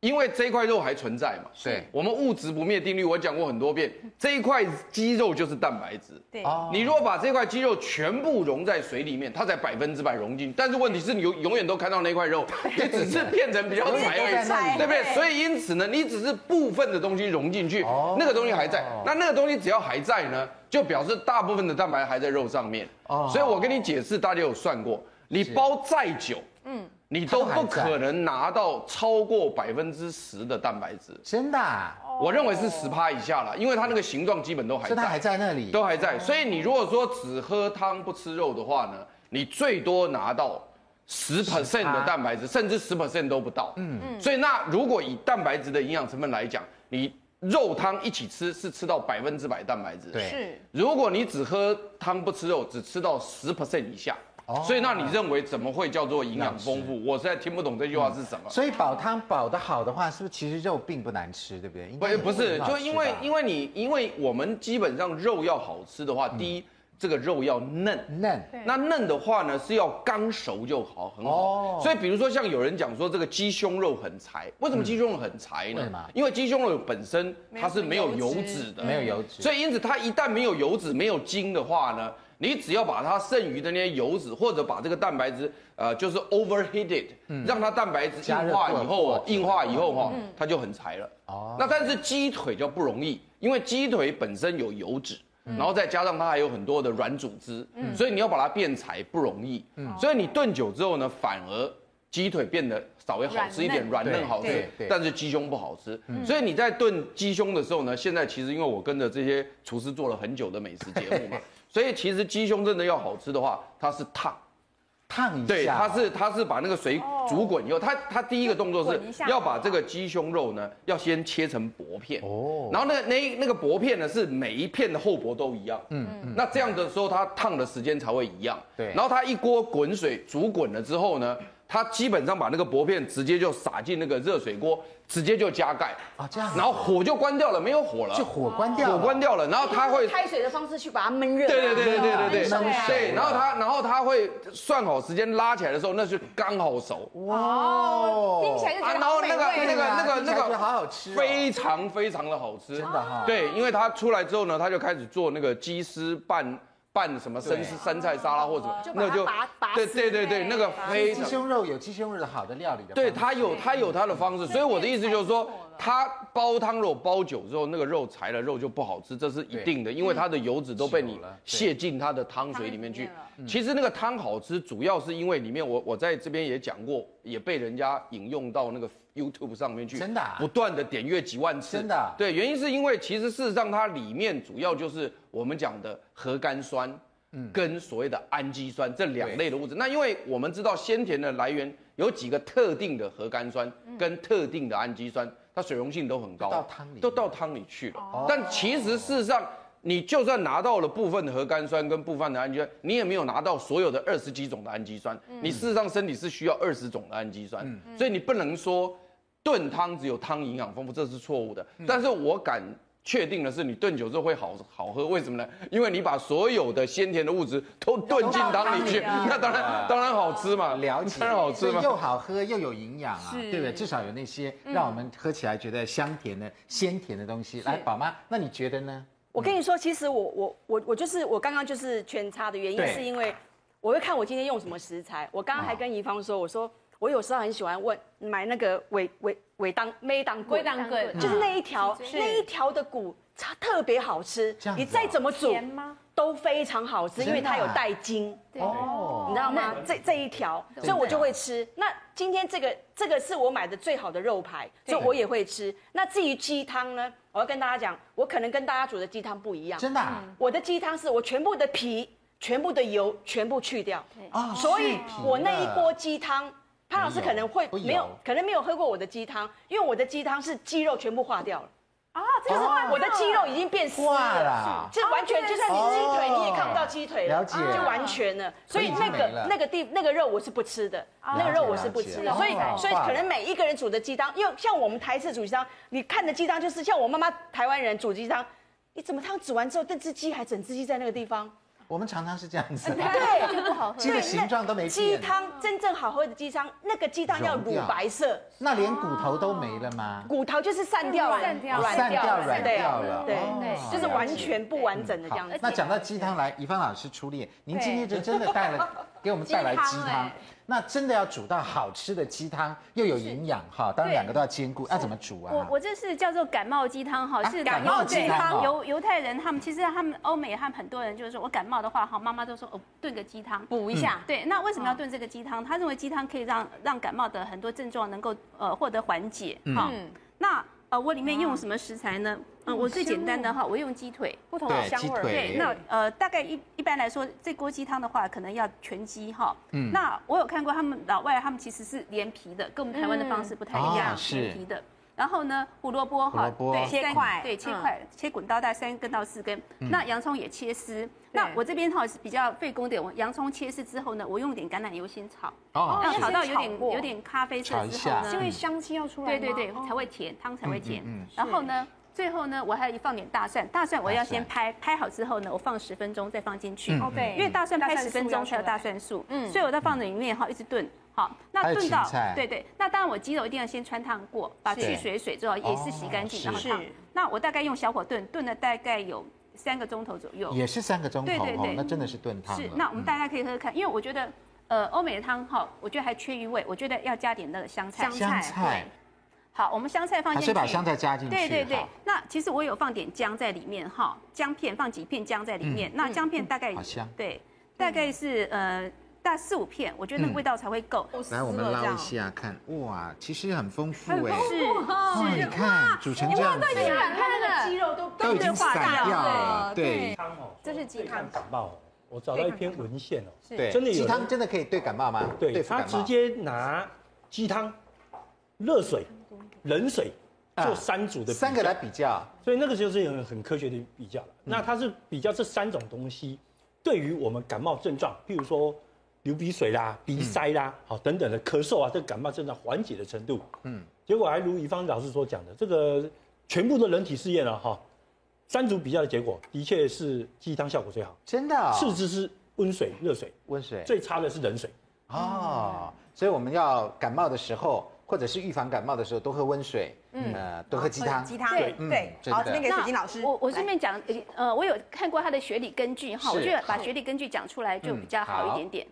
Speaker 6: 因为这块肉还存在嘛，
Speaker 2: 对
Speaker 6: 我们物质不灭定律我讲过很多遍，这一块肌肉就是蛋白质。
Speaker 1: 对，
Speaker 2: 哦
Speaker 6: 你如果把这块肌肉全部融在水里面，它才百分之百融进。但是问题是你永永远都看到那块肉，你只是变成比较柴而
Speaker 1: 对
Speaker 6: 已，对不对
Speaker 1: 对？
Speaker 6: 所以因此呢，你只是部分的东西融进去
Speaker 2: 哦，
Speaker 6: 那个东西还在。那那个东西只要还在呢，就表示大部分的蛋白还在肉上面。
Speaker 2: 哦
Speaker 6: 所以我跟你解释，大家有算过，你包再久，嗯，你都不可能拿到超过百分之十的蛋白质。
Speaker 2: 真的、啊，
Speaker 6: 我认为是十趴以下了，因为它那个形状基本都还
Speaker 2: 所以它还
Speaker 6: 在。
Speaker 2: 在那里。
Speaker 6: 都还在。所以你如果说只喝汤不吃肉的话呢，你最多拿到十 percent 的蛋白质，甚至十 percent 都不到。嗯嗯。所以那如果以蛋白质的营养成分来讲，你肉汤一起吃是吃到百分之百蛋白质。。
Speaker 2: 对，
Speaker 1: 是
Speaker 6: 如果你只喝汤不吃肉，只吃到十 percent 以下。
Speaker 2: 哦
Speaker 6: 所以，那你认为怎么会叫做营养丰富？我实在听不懂这句话是什么。
Speaker 2: 所以煲汤煲得好的话，是不是其实肉并不难吃，对不对？应
Speaker 6: 不
Speaker 2: 该也
Speaker 6: 不是，
Speaker 2: 很好
Speaker 6: 就
Speaker 2: 吃
Speaker 6: 因为
Speaker 2: 吧
Speaker 6: 因为你因为我们基本上肉要好吃的话，第一这个肉要嫩，
Speaker 2: 嫩
Speaker 1: 对
Speaker 6: 那嫩的话呢，是要刚熟就好，很好。
Speaker 2: 哦
Speaker 6: 所以比如说像有人讲说这个鸡胸肉很柴，为什么鸡胸肉很柴
Speaker 2: 为
Speaker 6: 呢？
Speaker 2: 什么
Speaker 6: 因为鸡胸肉本身它是没有
Speaker 1: 没有
Speaker 6: 油
Speaker 1: 油脂
Speaker 6: 脂的，
Speaker 2: 没有油脂，
Speaker 6: 所以因此它一旦没有油脂、没有筋的话呢，你只要把它剩余的那些油脂或者把这个蛋白质，呃，就是 overheated，、让它蛋白质
Speaker 2: 嗯加热
Speaker 6: 硬化
Speaker 2: 过
Speaker 6: 以后
Speaker 2: 过嗯
Speaker 6: 啊，
Speaker 2: 程
Speaker 6: 硬化以后哈、它就很柴了。
Speaker 2: 哦
Speaker 6: 哦，那但是鸡腿就不容易，因为鸡腿本身有油脂。
Speaker 2: 嗯
Speaker 6: 然后再加上它还有很多的软组织，所以你要把它变柴不容易。
Speaker 2: 嗯
Speaker 6: 所以你炖久之后呢，反而鸡腿变得稍微好吃一点，
Speaker 1: 软
Speaker 6: 软
Speaker 2: 嫩
Speaker 6: 嫩好
Speaker 2: 对
Speaker 6: 吃
Speaker 2: 对对，嗯
Speaker 6: 但是鸡胸不好吃。所以你在炖鸡胸的时候呢，现在其实因为我跟着这些厨师做了很久的美食 节目嘛，所以其实鸡胸真的要好吃的话，它是烫。
Speaker 2: 烫一下，
Speaker 6: 对，它是它是把那个水煮滚以后，它它第一个动作
Speaker 1: 就
Speaker 6: 是
Speaker 1: 滚一下
Speaker 6: 要把这个鸡胸肉呢，要先切成薄片。
Speaker 2: 哦
Speaker 6: 哦，然后那那那个薄片呢，是每一片的厚薄都一样。嗯嗯。那这样的时候，它烫的时间才会一样。
Speaker 2: 对
Speaker 6: 然后它一锅滚水煮滚了之后呢，它基本上把那个薄片直接就撒进那个热水锅，直接就加盖。
Speaker 2: 啊这样子
Speaker 6: 然后火就关掉了，没有火了。
Speaker 2: 就火关掉了，
Speaker 6: 火关掉了，然后它会
Speaker 5: 开水的方式去把它焖热。
Speaker 6: 对对对对对对
Speaker 2: 焖熟
Speaker 6: 对，对，然后它然后它会算好时间拉起来的时候，那是刚好熟。
Speaker 1: 哦，听起来就觉得
Speaker 6: 啊，然
Speaker 1: 好
Speaker 6: 后
Speaker 1: 美
Speaker 6: 那个
Speaker 1: 味。
Speaker 6: 那个那个
Speaker 2: 啊听
Speaker 6: 那
Speaker 2: 起来觉
Speaker 6: 个
Speaker 2: 得好好吃哦
Speaker 6: 非常非常的好吃，真
Speaker 2: 的啊哈
Speaker 6: 对，因为它出来之后呢，它就开始做那个鸡丝拌拌什么生
Speaker 2: 对
Speaker 6: 生菜沙拉或者
Speaker 5: 就，把
Speaker 6: 什么
Speaker 5: 它
Speaker 6: 那个就
Speaker 5: 拔拔
Speaker 6: 对
Speaker 5: 丝
Speaker 6: 对对对，那个非
Speaker 2: 鸡
Speaker 6: 常
Speaker 2: 胸肉有鸡胸肉的好的料理的方式，
Speaker 6: 对它有它有它的方式，所以我的意思就是说
Speaker 5: 太不错了，
Speaker 6: 它煲汤肉煲久之后，那个肉柴了，肉就不好吃，这是一定的，因为它的油脂都被
Speaker 2: 嗯久
Speaker 6: 你
Speaker 2: 了对嗯
Speaker 6: 泄进它的汤水里面去。其实那个汤好吃，主要是因为里面我我在这边也讲过，也被人家引用到那个 YouTube 上面去，
Speaker 2: 真的啊
Speaker 6: 不断的点阅几万次，
Speaker 2: 真的啊
Speaker 6: 对，原因是因为其实事实上它里面主要就是我们讲的核苷酸。
Speaker 2: 嗯
Speaker 6: 跟所谓的氨基酸这两类的物质，那因为我们知道鲜甜的来源有几个特定的核苷酸跟特定的氨基酸，它水溶性都很高，
Speaker 2: 都到汤里面
Speaker 6: 都到汤里去了。但其实事实上，你就算拿到了部分的核苷酸跟部分的氨基酸，你也没有拿到所有的二十几种的氨基酸。你事实上身体是需要二十种的氨基酸，
Speaker 2: 嗯
Speaker 6: 所以你不能说炖汤只有汤营养丰富，这是错误的。但是我敢确定的是，你炖久之后会好好喝，为什么呢？因为你把所有的鲜甜的物质都炖进汤里去，
Speaker 1: 都到汤里了
Speaker 6: 那当然当然好吃嘛，
Speaker 2: 啊了解，
Speaker 6: 当然好吃
Speaker 2: 所以
Speaker 6: 嘛。
Speaker 2: 又好喝又有营养啊，
Speaker 1: 是嗯
Speaker 2: 对不对？至少有那些让我们喝起来觉得香甜的、鲜甜的东西。来，宝妈，那你觉得呢？
Speaker 5: 我跟你说，其实我我我我就是我刚刚就是全插的原因，
Speaker 2: 对哦
Speaker 5: 是因为我会看我今天用什么食材。我刚刚还跟怡芳说，我说我有时候很喜欢问买那个尾尾尾当梅当
Speaker 1: 龟
Speaker 5: 棍，
Speaker 1: 当棍
Speaker 5: 就是
Speaker 2: 嗯
Speaker 5: 那一条
Speaker 1: 是
Speaker 5: 那一条的骨，它特别好吃
Speaker 2: 这样。子哦
Speaker 5: 你再怎么煮
Speaker 1: 甜吗？
Speaker 5: 都非常好吃，因为
Speaker 2: 真的啊
Speaker 5: 它有带筋。
Speaker 2: 哦
Speaker 5: 你，知道吗？
Speaker 1: 哦
Speaker 5: 这这一条，所以我就会吃。那今天这个这个是我买的最好的肉排，所以我也会吃。那至于鸡汤呢，我要跟大家讲，我可能跟大家煮的鸡汤不一样。
Speaker 2: 真的啊
Speaker 1: 嗯
Speaker 5: 我的鸡汤是我全部的皮、全部的油全部去掉，
Speaker 2: 啊，
Speaker 5: 所
Speaker 2: 是
Speaker 5: 以
Speaker 2: 皮
Speaker 5: 我那一
Speaker 2: 的
Speaker 5: 锅鸡汤。潘老
Speaker 2: 没
Speaker 5: 师
Speaker 2: 有
Speaker 5: 可能会
Speaker 2: 不
Speaker 5: 没有
Speaker 2: 油，
Speaker 5: 可能没有喝过我的鸡汤，因为我的鸡汤是鸡肉全部化掉了，
Speaker 1: 啊，这
Speaker 2: 哦
Speaker 1: 个是
Speaker 5: 我的鸡肉已经变丝
Speaker 2: 化
Speaker 5: 了，
Speaker 2: 了，
Speaker 5: 这完全就算你鸡腿你也看不到鸡
Speaker 2: 哦
Speaker 5: 腿
Speaker 2: 了解
Speaker 5: 就完全了。所以
Speaker 2: 所以已
Speaker 5: 那
Speaker 2: 经没了
Speaker 5: 个那个地那个肉我是不吃的，
Speaker 2: 哦
Speaker 5: 那个肉我是不吃
Speaker 2: 了解
Speaker 5: 的。所以
Speaker 2: 哦
Speaker 5: 所以可能每一个人煮的鸡汤，因为像我们台式煮鸡汤，你看的鸡汤就是像我妈妈台湾人煮鸡汤，你怎么汤煮完之后，这只鸡还整只鸡在那个地方，
Speaker 2: 我们常常是这样子，
Speaker 5: 对，不好喝。
Speaker 2: 鸡的形状都没变
Speaker 5: 鸡汤真正好喝的鸡汤，那个鸡汤要
Speaker 2: 融
Speaker 5: 乳
Speaker 2: 掉
Speaker 5: 白色，
Speaker 2: 那连骨头都没了吗？
Speaker 5: 骨头就是散掉了，
Speaker 1: 散掉了
Speaker 2: 哦嗯散掉
Speaker 1: 了
Speaker 2: 软
Speaker 5: 对
Speaker 2: 掉了，
Speaker 5: 对
Speaker 2: 哦
Speaker 5: 对，就是完全不完整的这
Speaker 2: 好
Speaker 5: 样子，。
Speaker 2: 那讲到鸡汤来，怡芳老师出列，您
Speaker 1: 对
Speaker 2: 今天就真的带了给我们带来鸡
Speaker 1: 鸡汤
Speaker 2: 汤
Speaker 1: 哎。
Speaker 2: 那真的要煮到好吃的鸡汤，又有营养哈，当然
Speaker 3: 对
Speaker 2: 两个都要兼顾。要怎么煮啊？
Speaker 3: 我我这是叫做感冒鸡汤哈，
Speaker 2: 啊
Speaker 3: 是
Speaker 2: 感冒鸡
Speaker 3: 对
Speaker 2: 汤哦
Speaker 3: 犹犹太人他们其实他们欧美他们很多人就是说我感冒的话哈，妈妈都说哦炖个鸡汤补一下。对，那为什么
Speaker 2: 哦
Speaker 3: 要炖这个鸡汤？他认为鸡汤可以让让感冒的很多症状能够呃获得缓解哈。
Speaker 2: 嗯
Speaker 3: 那呃我里面
Speaker 2: 哦
Speaker 3: 用什么食材呢？嗯，我最简单的哈，我用鸡腿。
Speaker 1: 不同的
Speaker 2: 对
Speaker 1: 香
Speaker 2: 鸡
Speaker 1: 味儿。
Speaker 2: 腿
Speaker 3: 对，那呃，大概一一般来说，这锅鸡汤的话，可能要全鸡哈。嗯，那我有看过他们老外，他们其实是连皮的，跟我们台湾的方式不太一
Speaker 2: 哦
Speaker 3: 样，
Speaker 2: 是
Speaker 3: 连皮的。然后呢，胡萝卜
Speaker 2: 胡萝
Speaker 3: 哈，
Speaker 2: 卜
Speaker 3: 对，
Speaker 1: 切
Speaker 3: 三
Speaker 1: 块嗯
Speaker 3: 对，切块，切滚刀大概三根到四根。
Speaker 2: 嗯
Speaker 3: 那洋葱也切丝。那我这边哈是比较费工点，我洋葱切丝之后呢，我用点橄榄油先炒，
Speaker 2: 哦
Speaker 3: 要炒到有
Speaker 1: 先炒
Speaker 3: 点
Speaker 1: 过
Speaker 3: 有点咖啡色
Speaker 2: 炒一
Speaker 3: 之后
Speaker 2: 下
Speaker 3: 呢，
Speaker 1: 是因为香气要出来
Speaker 3: 对
Speaker 1: 吗，
Speaker 3: 对对，
Speaker 1: 哦
Speaker 3: 才会甜，汤才会甜
Speaker 2: 嗯嗯嗯。
Speaker 3: 然后呢，最后呢，我还要放点大蒜，大蒜我要先拍，拍好之后呢，我放十分钟再放进去。
Speaker 2: 嗯
Speaker 1: 哦对，
Speaker 3: 因为大蒜拍
Speaker 1: 大蒜
Speaker 3: 十分
Speaker 1: 素要
Speaker 3: 钟
Speaker 1: 出
Speaker 3: 才有
Speaker 1: 来
Speaker 3: 大蒜素，嗯，所以我在放在里面哈，一直炖。好，
Speaker 2: 嗯还
Speaker 3: 那
Speaker 2: 有
Speaker 3: 炖到
Speaker 2: 芹菜
Speaker 3: 对对，那当然我鸡肉一定要先穿烫过，把
Speaker 2: 是
Speaker 3: 去水水之后也是洗干净，
Speaker 2: 哦
Speaker 3: 然后
Speaker 2: 是
Speaker 3: 烫
Speaker 1: 是。
Speaker 3: 那我大概用小火炖，炖了大概有三个钟头左右。
Speaker 2: 也是三个钟头
Speaker 3: 对对
Speaker 2: 哦
Speaker 3: 对，
Speaker 2: 那真的是炖汤了。嗯
Speaker 3: 是，那我们大家可以喝喝看，因为我觉得，呃，欧美的汤哈，我觉得还缺余味，我觉得要加点那个香菜。
Speaker 1: 香
Speaker 2: 香
Speaker 1: 菜
Speaker 2: 菜
Speaker 3: 好，我们香菜放
Speaker 2: 还
Speaker 3: 进去。
Speaker 2: 是把香菜加进去。
Speaker 3: 对对对
Speaker 2: 嗯好，
Speaker 3: 那其实我有放点姜在里面哈，姜片放几片姜在里面，那姜片大概、
Speaker 2: 嗯好香
Speaker 3: 对，大概是呃大四五片，我觉得那个
Speaker 2: 嗯
Speaker 3: 味道才会够。
Speaker 2: 来我们捞一下看，哇，其实很丰富哎。
Speaker 3: 是
Speaker 2: 哇，你看煮成这样子，
Speaker 1: 软烂的肌肉都
Speaker 2: 都已经散
Speaker 1: 化
Speaker 2: 掉
Speaker 1: 了
Speaker 2: 了。
Speaker 1: 对
Speaker 2: 对
Speaker 4: 汤哦，
Speaker 1: 这是鸡汤
Speaker 4: 对感冒哦，我找到一篇文献哦，
Speaker 2: 对，
Speaker 4: 真的有
Speaker 2: 鸡
Speaker 4: 人
Speaker 2: 汤真的可以对感冒吗？
Speaker 4: 对
Speaker 2: 对付
Speaker 4: 他
Speaker 2: 感冒
Speaker 4: 直接拿鸡汤、热水、冷水
Speaker 2: 啊
Speaker 4: 做三组的比较
Speaker 2: 三个来，比较，
Speaker 4: 所以那个就是很很科学的比较了。那它是比较这三种东西对于我们感冒症状，譬如说流鼻水啦、鼻塞啦、好等等的咳嗽啊，这个感冒症状缓解的程度。
Speaker 2: 嗯，
Speaker 4: 结果还如乙方老师所讲的，这个全部的人体试验了哈，三组比较的结果的确是鸡汤效果最好，
Speaker 2: 真的哦
Speaker 4: 次之是温水、热水，
Speaker 2: 温水
Speaker 4: 最差的是冷水。
Speaker 2: 哦，所以我们要感冒的时候，或者是预防感冒的时候，多喝温水，嗯，呃，多喝鸡汤，
Speaker 1: 啊鸡汤
Speaker 3: 对
Speaker 2: 嗯
Speaker 1: 对，
Speaker 2: 真
Speaker 1: 好，
Speaker 2: 的
Speaker 1: 这边给水晶老师，
Speaker 3: 我我顺
Speaker 1: 这
Speaker 3: 便讲，呃，我有看过他的学理根据哈，
Speaker 2: 是
Speaker 3: 我觉得把
Speaker 2: 好
Speaker 3: 学理根据讲出来就比较
Speaker 2: 嗯
Speaker 3: 好
Speaker 2: 好
Speaker 3: 一点点。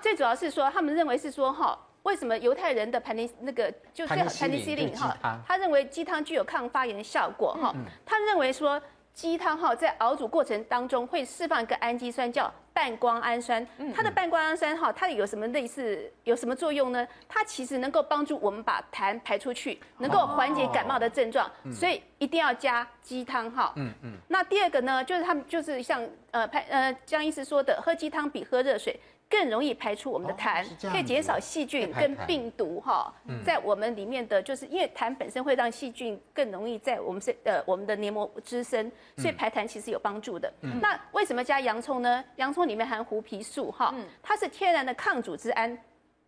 Speaker 3: 最主要是说，他们认为是说哈，为什么犹太人的盘尼那个就
Speaker 2: 盘
Speaker 3: 是
Speaker 2: 尼西林对鸡汤
Speaker 3: 他认为鸡汤具有抗发炎效果哈，
Speaker 2: 嗯
Speaker 3: 他认为说。鸡汤哈，在熬煮过程当中会释放一个氨基酸，叫半胱氨酸。
Speaker 2: 嗯
Speaker 3: 它的半胱氨酸哈，它有什么类似有什么作用呢？它其实能够帮助我们把痰排出去，能够缓解感冒的症
Speaker 2: 哦
Speaker 3: 状，
Speaker 2: 嗯
Speaker 3: 所以一定要加鸡汤哈。嗯嗯。那第二个呢，就是他们就是像呃排呃江医师说的，喝鸡汤比喝热水更容易排出我们的
Speaker 2: 哦
Speaker 3: 痰，
Speaker 2: 是这样
Speaker 3: 可以减
Speaker 2: 子
Speaker 3: 少细菌
Speaker 2: 排
Speaker 3: 跟
Speaker 2: 痰
Speaker 3: 病毒哈，在我们里面的，就是因为痰本身会让细菌更容易在我们身呃我们的黏膜滋生，所以排痰其实有帮助的。那为什么加洋葱呢？洋葱里面含胡皮素哈，它是天然的抗组织胺。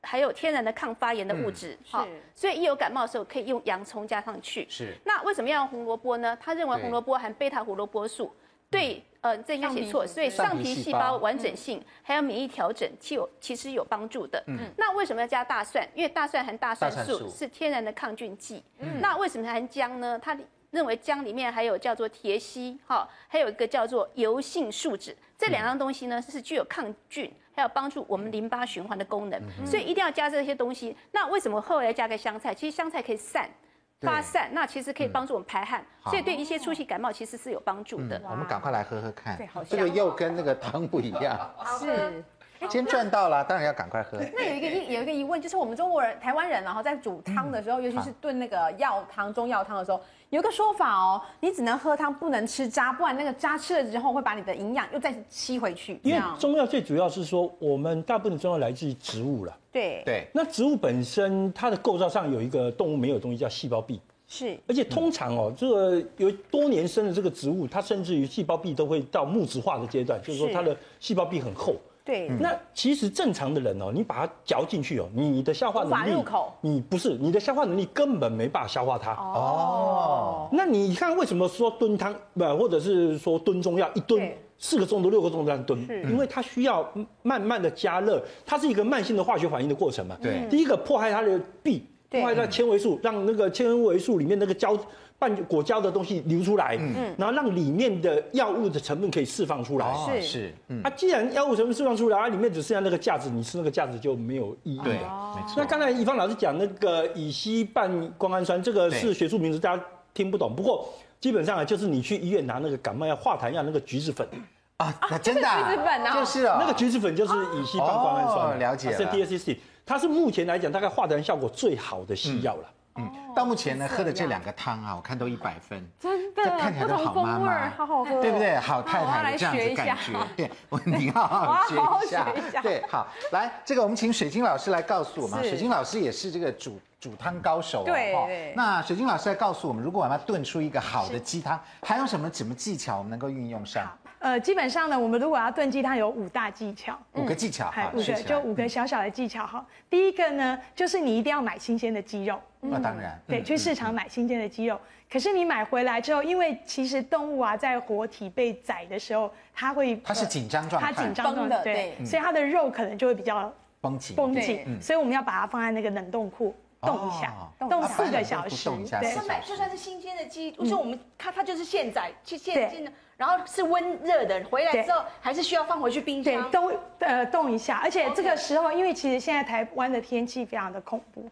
Speaker 3: 还有天然的抗发炎的物质，哈、所以一有感冒的时候可以用洋葱加上去。
Speaker 2: 是
Speaker 3: 那为什么要用红萝卜呢？他认为
Speaker 2: 对
Speaker 3: 红萝卜含贝塔胡萝卜素，对，呃，这应该写
Speaker 1: 上皮
Speaker 3: 错，
Speaker 1: 组织
Speaker 3: 所以上皮细
Speaker 2: 上皮细
Speaker 3: 胞嗯
Speaker 2: 胞
Speaker 3: 完整性还有免疫调整，其有其实有帮助的。那为什么要加大蒜？因为大蒜含嗯大蒜
Speaker 2: 大蒜
Speaker 3: 素嗯
Speaker 2: 素
Speaker 3: 是天然的抗菌剂。那为什么含姜呢？它认为姜里面还有叫做铁烯，哈，还有一个叫做油性树脂，这两样东西呢是具有抗菌，还有帮助我们淋巴循环的功能，所以一定要加这些东西。那为什么后来加个香菜？其实香菜可以散。
Speaker 2: 对嗯
Speaker 3: 发散，那其实可以帮助我们排汗，
Speaker 2: 好
Speaker 3: 所以对一些初期感冒其实是有帮助的。
Speaker 2: 嗯我们赶快来喝喝看
Speaker 1: 对好，
Speaker 2: 这个又跟那个汤不一样。
Speaker 1: 是。
Speaker 2: 先赚到了，当然要赶快喝。
Speaker 1: 那有一个疑有一个疑问，就是我们中国人、台湾人，然后在煮汤的时
Speaker 2: 嗯
Speaker 1: 候，尤其是炖那个药汤、中药汤的时候，有一个说法哦，你只能喝汤，不能吃渣，不然那个渣吃了之后会把你的营养又再吸回去。
Speaker 4: 因
Speaker 1: 这
Speaker 4: 为
Speaker 1: 样
Speaker 4: 中药最主要是说，我们大部分的中药来自于植物了。
Speaker 1: 对
Speaker 2: 对，
Speaker 4: 那植物本身它的构造上有一个动物没有的东西叫细胞壁，
Speaker 1: 是
Speaker 4: 而且通常哦，这个有多年生的这个植物，它甚至于细胞壁都会到木质化的阶段，就是说
Speaker 1: 是嗯
Speaker 4: 它的细胞壁很厚。
Speaker 1: 对
Speaker 2: 嗯
Speaker 4: 那其实正常的人哦，你把它嚼进去哦，你的消化
Speaker 1: 无法
Speaker 4: 能力，
Speaker 1: 入口
Speaker 4: 你不是你的消化能力根本没办法消化它。
Speaker 1: 哦，
Speaker 4: 那你看，为什么说炖汤不，或者是说炖中药一炖
Speaker 1: 对
Speaker 4: 四个钟头、六个钟头这样炖
Speaker 1: 是？
Speaker 4: 因为它需要慢慢的加热，它是一个慢性的化学反应的过程嘛。
Speaker 2: 对
Speaker 4: 第一个破坏它的壁，
Speaker 1: 嗯对
Speaker 4: 破坏它的纤维素，让那个纤维素里面那个胶半果胶的东西流出来，
Speaker 1: 嗯
Speaker 4: 嗯然后让里面的药物的成分可以释放出来。
Speaker 2: 哦
Speaker 1: 是
Speaker 2: 是，嗯，
Speaker 4: 啊，既然药物成分释放出来，啊，里面只剩下那个价值，你吃那个价值就没有意义
Speaker 2: 对，
Speaker 4: 了。
Speaker 2: 没错。
Speaker 4: 哦那刚才乙方老师讲那个乙烯半胱氨酸，这个
Speaker 2: 对
Speaker 4: 是学术名词，大家听不懂。不过基本上啊，就是你去医院拿那个感冒药、化痰药那个橘子粉，
Speaker 2: 啊，那真的啊
Speaker 1: 这是日本啊
Speaker 2: 就是哦，
Speaker 4: 那个橘子粉就是乙烯半胱氨酸、
Speaker 2: 哦了解了
Speaker 4: d s 啊 c 它是目前来讲大概化痰效果最好的西药了。
Speaker 2: 嗯，到目前呢，喝的这两个汤啊，我看都一百分，
Speaker 1: 真
Speaker 2: 这看起来都好妈妈，
Speaker 1: 好好喝哦，
Speaker 2: 对不对？好太
Speaker 1: 我要
Speaker 2: 太
Speaker 1: 来
Speaker 2: 的这样
Speaker 1: 学
Speaker 2: 子
Speaker 1: 一
Speaker 2: 感
Speaker 1: 下
Speaker 2: 觉，对，我你要好好学
Speaker 1: 我要好好
Speaker 2: 一下
Speaker 1: 学一下，
Speaker 2: 对，好，来，这个我们请水晶老师来告诉我们啊，
Speaker 1: 是
Speaker 2: 水晶老师也是这个煮煮汤高手哦，
Speaker 1: 对
Speaker 2: 哦
Speaker 1: 对
Speaker 2: 那水晶老师来告诉我们，如果我们要炖出一个好的鸡汤，还有什么什么技巧我们能够运用上？
Speaker 7: 呃，基本上呢，我们如果要炖鸡汤，有五大技巧，
Speaker 2: 五个技巧
Speaker 7: 还
Speaker 2: 哈，
Speaker 7: 五个
Speaker 2: 学起来
Speaker 7: 就五个小小的技巧哈。第一个呢，就是你一定要买新鲜的鸡肉，
Speaker 2: 那当然，
Speaker 7: 对，
Speaker 2: 嗯
Speaker 7: 去市场买新鲜的鸡肉。可是你买回来之后，因为其实动物啊，在活体被宰的时候，它会
Speaker 2: 它是紧张状态，
Speaker 7: 它紧张
Speaker 1: 绷
Speaker 7: 状
Speaker 1: 的
Speaker 7: 态，
Speaker 1: 对
Speaker 7: 所以它的肉可能就会比较
Speaker 2: 绷紧，嗯
Speaker 7: 绷
Speaker 1: 对
Speaker 7: 紧，所以我们要把它放在那个冷冻库冻一下
Speaker 2: 哦，
Speaker 7: 冻
Speaker 2: 啊
Speaker 7: 四
Speaker 2: 放在
Speaker 7: 个
Speaker 2: 冷冻
Speaker 7: 小
Speaker 2: 库
Speaker 7: 时
Speaker 2: 冻一下，
Speaker 7: 对
Speaker 2: 四
Speaker 5: 他
Speaker 2: 个
Speaker 5: 买就算是新鲜的鸡，就我们看它就是现宰，去现
Speaker 7: 对
Speaker 5: 现的，然后是温热的，回来之后还是需要放回去冰
Speaker 7: 对
Speaker 5: 箱。，
Speaker 7: 都呃动一下。而且这个时候，因为其实现在台湾的天气非常的恐怖，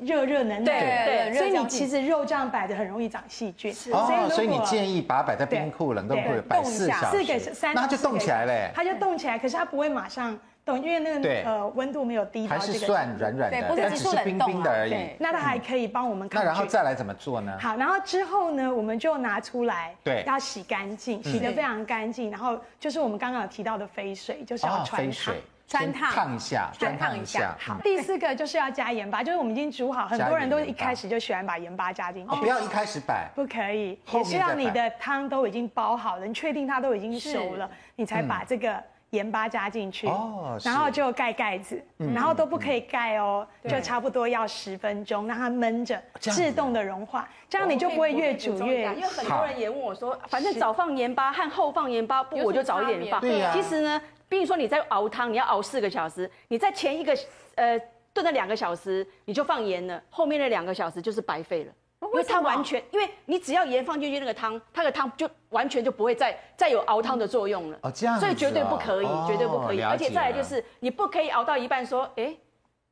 Speaker 7: 热热能
Speaker 5: 对
Speaker 7: 冷，
Speaker 1: 对
Speaker 7: 所以
Speaker 1: 热交
Speaker 7: 你
Speaker 1: 替
Speaker 7: 其实肉这样摆着很容易长细菌。
Speaker 2: 哦，所以你
Speaker 7: 议
Speaker 2: 建议把它摆在冰库、冷冻库
Speaker 7: 对
Speaker 2: 摆
Speaker 1: 动一
Speaker 2: 四
Speaker 1: 下
Speaker 2: 小
Speaker 7: 四
Speaker 2: 时，
Speaker 7: 个三
Speaker 2: 那
Speaker 7: 到
Speaker 2: 它就
Speaker 7: 四个
Speaker 2: 动起来嘞，
Speaker 7: 它就动起来，可是它不会马上动，因为那
Speaker 2: 对
Speaker 7: 个呃温度没有低到
Speaker 2: 还
Speaker 7: 这
Speaker 2: 是
Speaker 7: 个。
Speaker 2: 算软软的
Speaker 1: 对不，是
Speaker 2: 但
Speaker 1: 急
Speaker 2: 只
Speaker 1: 速
Speaker 2: 是
Speaker 1: 冷
Speaker 2: 冰
Speaker 1: 冻
Speaker 2: 冰
Speaker 1: 啊
Speaker 2: 的而已
Speaker 1: 对。
Speaker 7: 那它还可以帮我们抗
Speaker 2: 那
Speaker 7: 菌。
Speaker 2: 然后再来怎么做呢？
Speaker 7: 好，然后之后呢，我们就拿出来，
Speaker 2: 对嗯
Speaker 7: 要洗干净，洗得非常干净。然后就是我们刚刚有提到的飞水，就是要
Speaker 2: 啊，
Speaker 7: 穿
Speaker 2: 飞
Speaker 7: 烫。
Speaker 2: 水，
Speaker 1: 穿
Speaker 2: 先
Speaker 1: 烫
Speaker 2: 烫一下，
Speaker 1: 穿
Speaker 2: 先
Speaker 1: 烫一下
Speaker 2: 嗯
Speaker 7: 第四个就是要加盐巴， 就是我们已经煮好，很
Speaker 2: 加
Speaker 7: 多人都
Speaker 2: 盐
Speaker 7: 一
Speaker 2: 巴
Speaker 7: 开始就喜欢把盐巴加进去。
Speaker 2: 哦，不要一开始摆，
Speaker 7: 不可以，
Speaker 2: 后面
Speaker 7: 也是
Speaker 2: 再
Speaker 7: 让你
Speaker 2: 摆
Speaker 7: 的汤都已经包好了，你确定它都已经熟了，你才把这个盐巴加进去。
Speaker 2: 哦
Speaker 7: 然后
Speaker 2: 是嗯
Speaker 7: 就盖盖子，然后都不可以盖哦，就差不多要十分钟，让它焖着，
Speaker 2: 哦这样子啊
Speaker 7: 自动的融化，这样你就不
Speaker 1: 哦
Speaker 7: 会越煮越
Speaker 5: 因为很多人也问我说，啊反正早放盐巴和后放盐巴，不
Speaker 1: 有什么
Speaker 5: 我就早一点放。
Speaker 2: 差别对呀
Speaker 5: 其实呢，比如说你在熬汤，你要熬四个小时，你在前一个呃炖了两个小时，你就放盐了，后面的两个小时就是白费了。因为它完全，因为你只要盐放进去那个汤，它的汤就完全就不会再再有熬汤的作用了。
Speaker 2: 哦这样子
Speaker 5: 所以绝对
Speaker 2: 哦
Speaker 5: 不可以，
Speaker 2: 哦
Speaker 5: 绝对不可以。
Speaker 2: 了解
Speaker 5: 而且再来就
Speaker 2: 了
Speaker 5: 是，你不可以熬到一半说，哎，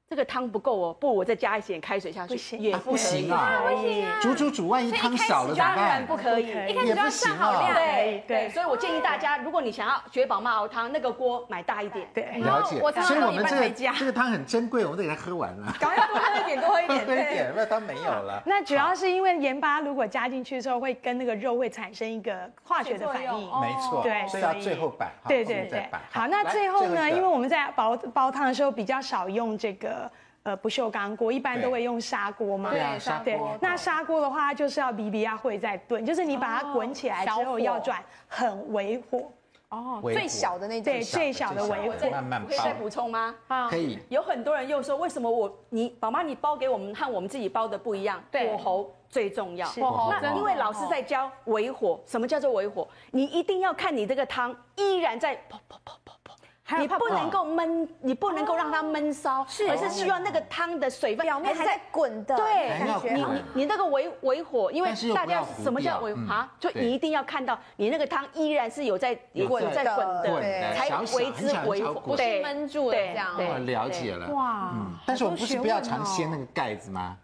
Speaker 5: 这个汤不够哦，不，我再加一点开水下去，
Speaker 7: 不行
Speaker 5: 也
Speaker 2: 啊不
Speaker 5: 可以
Speaker 2: 行啊
Speaker 5: 不可以
Speaker 2: 煮煮煮，万一
Speaker 1: 所以一
Speaker 2: 汤
Speaker 1: 开始
Speaker 2: 少了
Speaker 1: 就
Speaker 2: 怎么
Speaker 1: 要
Speaker 2: 办
Speaker 5: 不？可以。
Speaker 1: 一开始
Speaker 2: 也
Speaker 1: 就要
Speaker 2: 不行
Speaker 1: 上好
Speaker 2: 啊
Speaker 1: 量，
Speaker 5: 对
Speaker 7: 对
Speaker 5: 对，所以我建议大家，如果你想要学宝妈熬汤，那个锅买大一点。
Speaker 7: 对，
Speaker 2: 了解，
Speaker 1: 我常常
Speaker 2: 所以
Speaker 1: 弄
Speaker 2: 我
Speaker 1: 一
Speaker 2: 们
Speaker 1: 半
Speaker 2: 这
Speaker 1: 才
Speaker 2: 个
Speaker 1: 加
Speaker 2: 这个汤很珍贵，我们得给它喝完了，
Speaker 7: 赶快多喝一点，多喝 一
Speaker 2: 喝
Speaker 7: 点，
Speaker 2: 一
Speaker 7: 对。
Speaker 2: 点，不然它没有了。
Speaker 7: 那主要是因为盐巴如果加进去之后，会跟那个肉会产生一个化学的反
Speaker 1: 作用
Speaker 7: 应
Speaker 1: 哦。
Speaker 2: 没错，
Speaker 7: 对
Speaker 2: 所以要
Speaker 7: 所以
Speaker 2: 最后摆，哈
Speaker 7: 对
Speaker 2: 后
Speaker 7: 对
Speaker 2: 面再
Speaker 7: 对
Speaker 2: 摆。，
Speaker 7: 好，那
Speaker 2: 来
Speaker 7: 最后
Speaker 2: 一
Speaker 7: 呢？
Speaker 2: 个
Speaker 7: 因为我们在煲煲汤的时候比较少用这个呃不锈钢锅，一般
Speaker 2: 对
Speaker 7: 都会用砂锅嘛。
Speaker 2: 对啊，砂
Speaker 7: 对
Speaker 2: 锅，
Speaker 7: 那砂锅的话，它就是要比比亚会再炖，就是你
Speaker 2: 哦
Speaker 7: 把它滚起来之
Speaker 1: 小
Speaker 7: 后
Speaker 1: 火
Speaker 7: 要转很微火，
Speaker 1: 哦，
Speaker 2: 微
Speaker 1: 最
Speaker 2: 火
Speaker 1: 小的那种
Speaker 7: 对，最小的微火。
Speaker 2: 慢慢
Speaker 5: 我可以再
Speaker 2: 煲，
Speaker 5: 补充吗？
Speaker 2: 可以。
Speaker 5: 有很多人又说，为什么我你宝妈你包给我们和我们自己包的不一样？
Speaker 1: 对
Speaker 5: 火候最重要。
Speaker 1: 火候
Speaker 5: 那
Speaker 1: 真的
Speaker 5: 因为老师在教微火，什么叫做微火？你一定要看你这个汤依然在泡泡泡泡泡。
Speaker 1: 还有
Speaker 5: 你
Speaker 1: 泡
Speaker 5: 不
Speaker 1: 泡
Speaker 5: 能够焖，你不能够让它焖烧，
Speaker 1: 是
Speaker 5: 而是需要那个汤的水分
Speaker 1: 表面还
Speaker 5: 还是
Speaker 1: 在滚的，
Speaker 5: 对
Speaker 2: 还要
Speaker 1: 感觉
Speaker 5: 你
Speaker 2: 滚
Speaker 5: 你你那个微微火，因为
Speaker 2: 但是又
Speaker 5: 大
Speaker 2: 不要
Speaker 5: 家
Speaker 2: 糊
Speaker 5: 什么叫
Speaker 2: 掉
Speaker 5: 微
Speaker 2: 嗯
Speaker 5: 啊？就
Speaker 2: 对
Speaker 5: 你一定要看到你那个汤依然是有在
Speaker 2: 有
Speaker 5: 滚
Speaker 2: 在
Speaker 5: 在滚
Speaker 1: 滚
Speaker 5: 的，
Speaker 1: 的
Speaker 5: 才
Speaker 2: 小小
Speaker 5: 为
Speaker 2: 很
Speaker 5: 之
Speaker 2: 小很
Speaker 5: 微
Speaker 2: 小
Speaker 5: 火，
Speaker 2: 滚
Speaker 5: 对
Speaker 1: 不是焖住了
Speaker 5: 对
Speaker 1: 这样
Speaker 5: 对
Speaker 2: 哦，了解了。嗯
Speaker 1: 哇，
Speaker 2: 但是我们不是不要
Speaker 1: 尝
Speaker 2: 常掀那
Speaker 5: 哦
Speaker 2: 个盖子吗？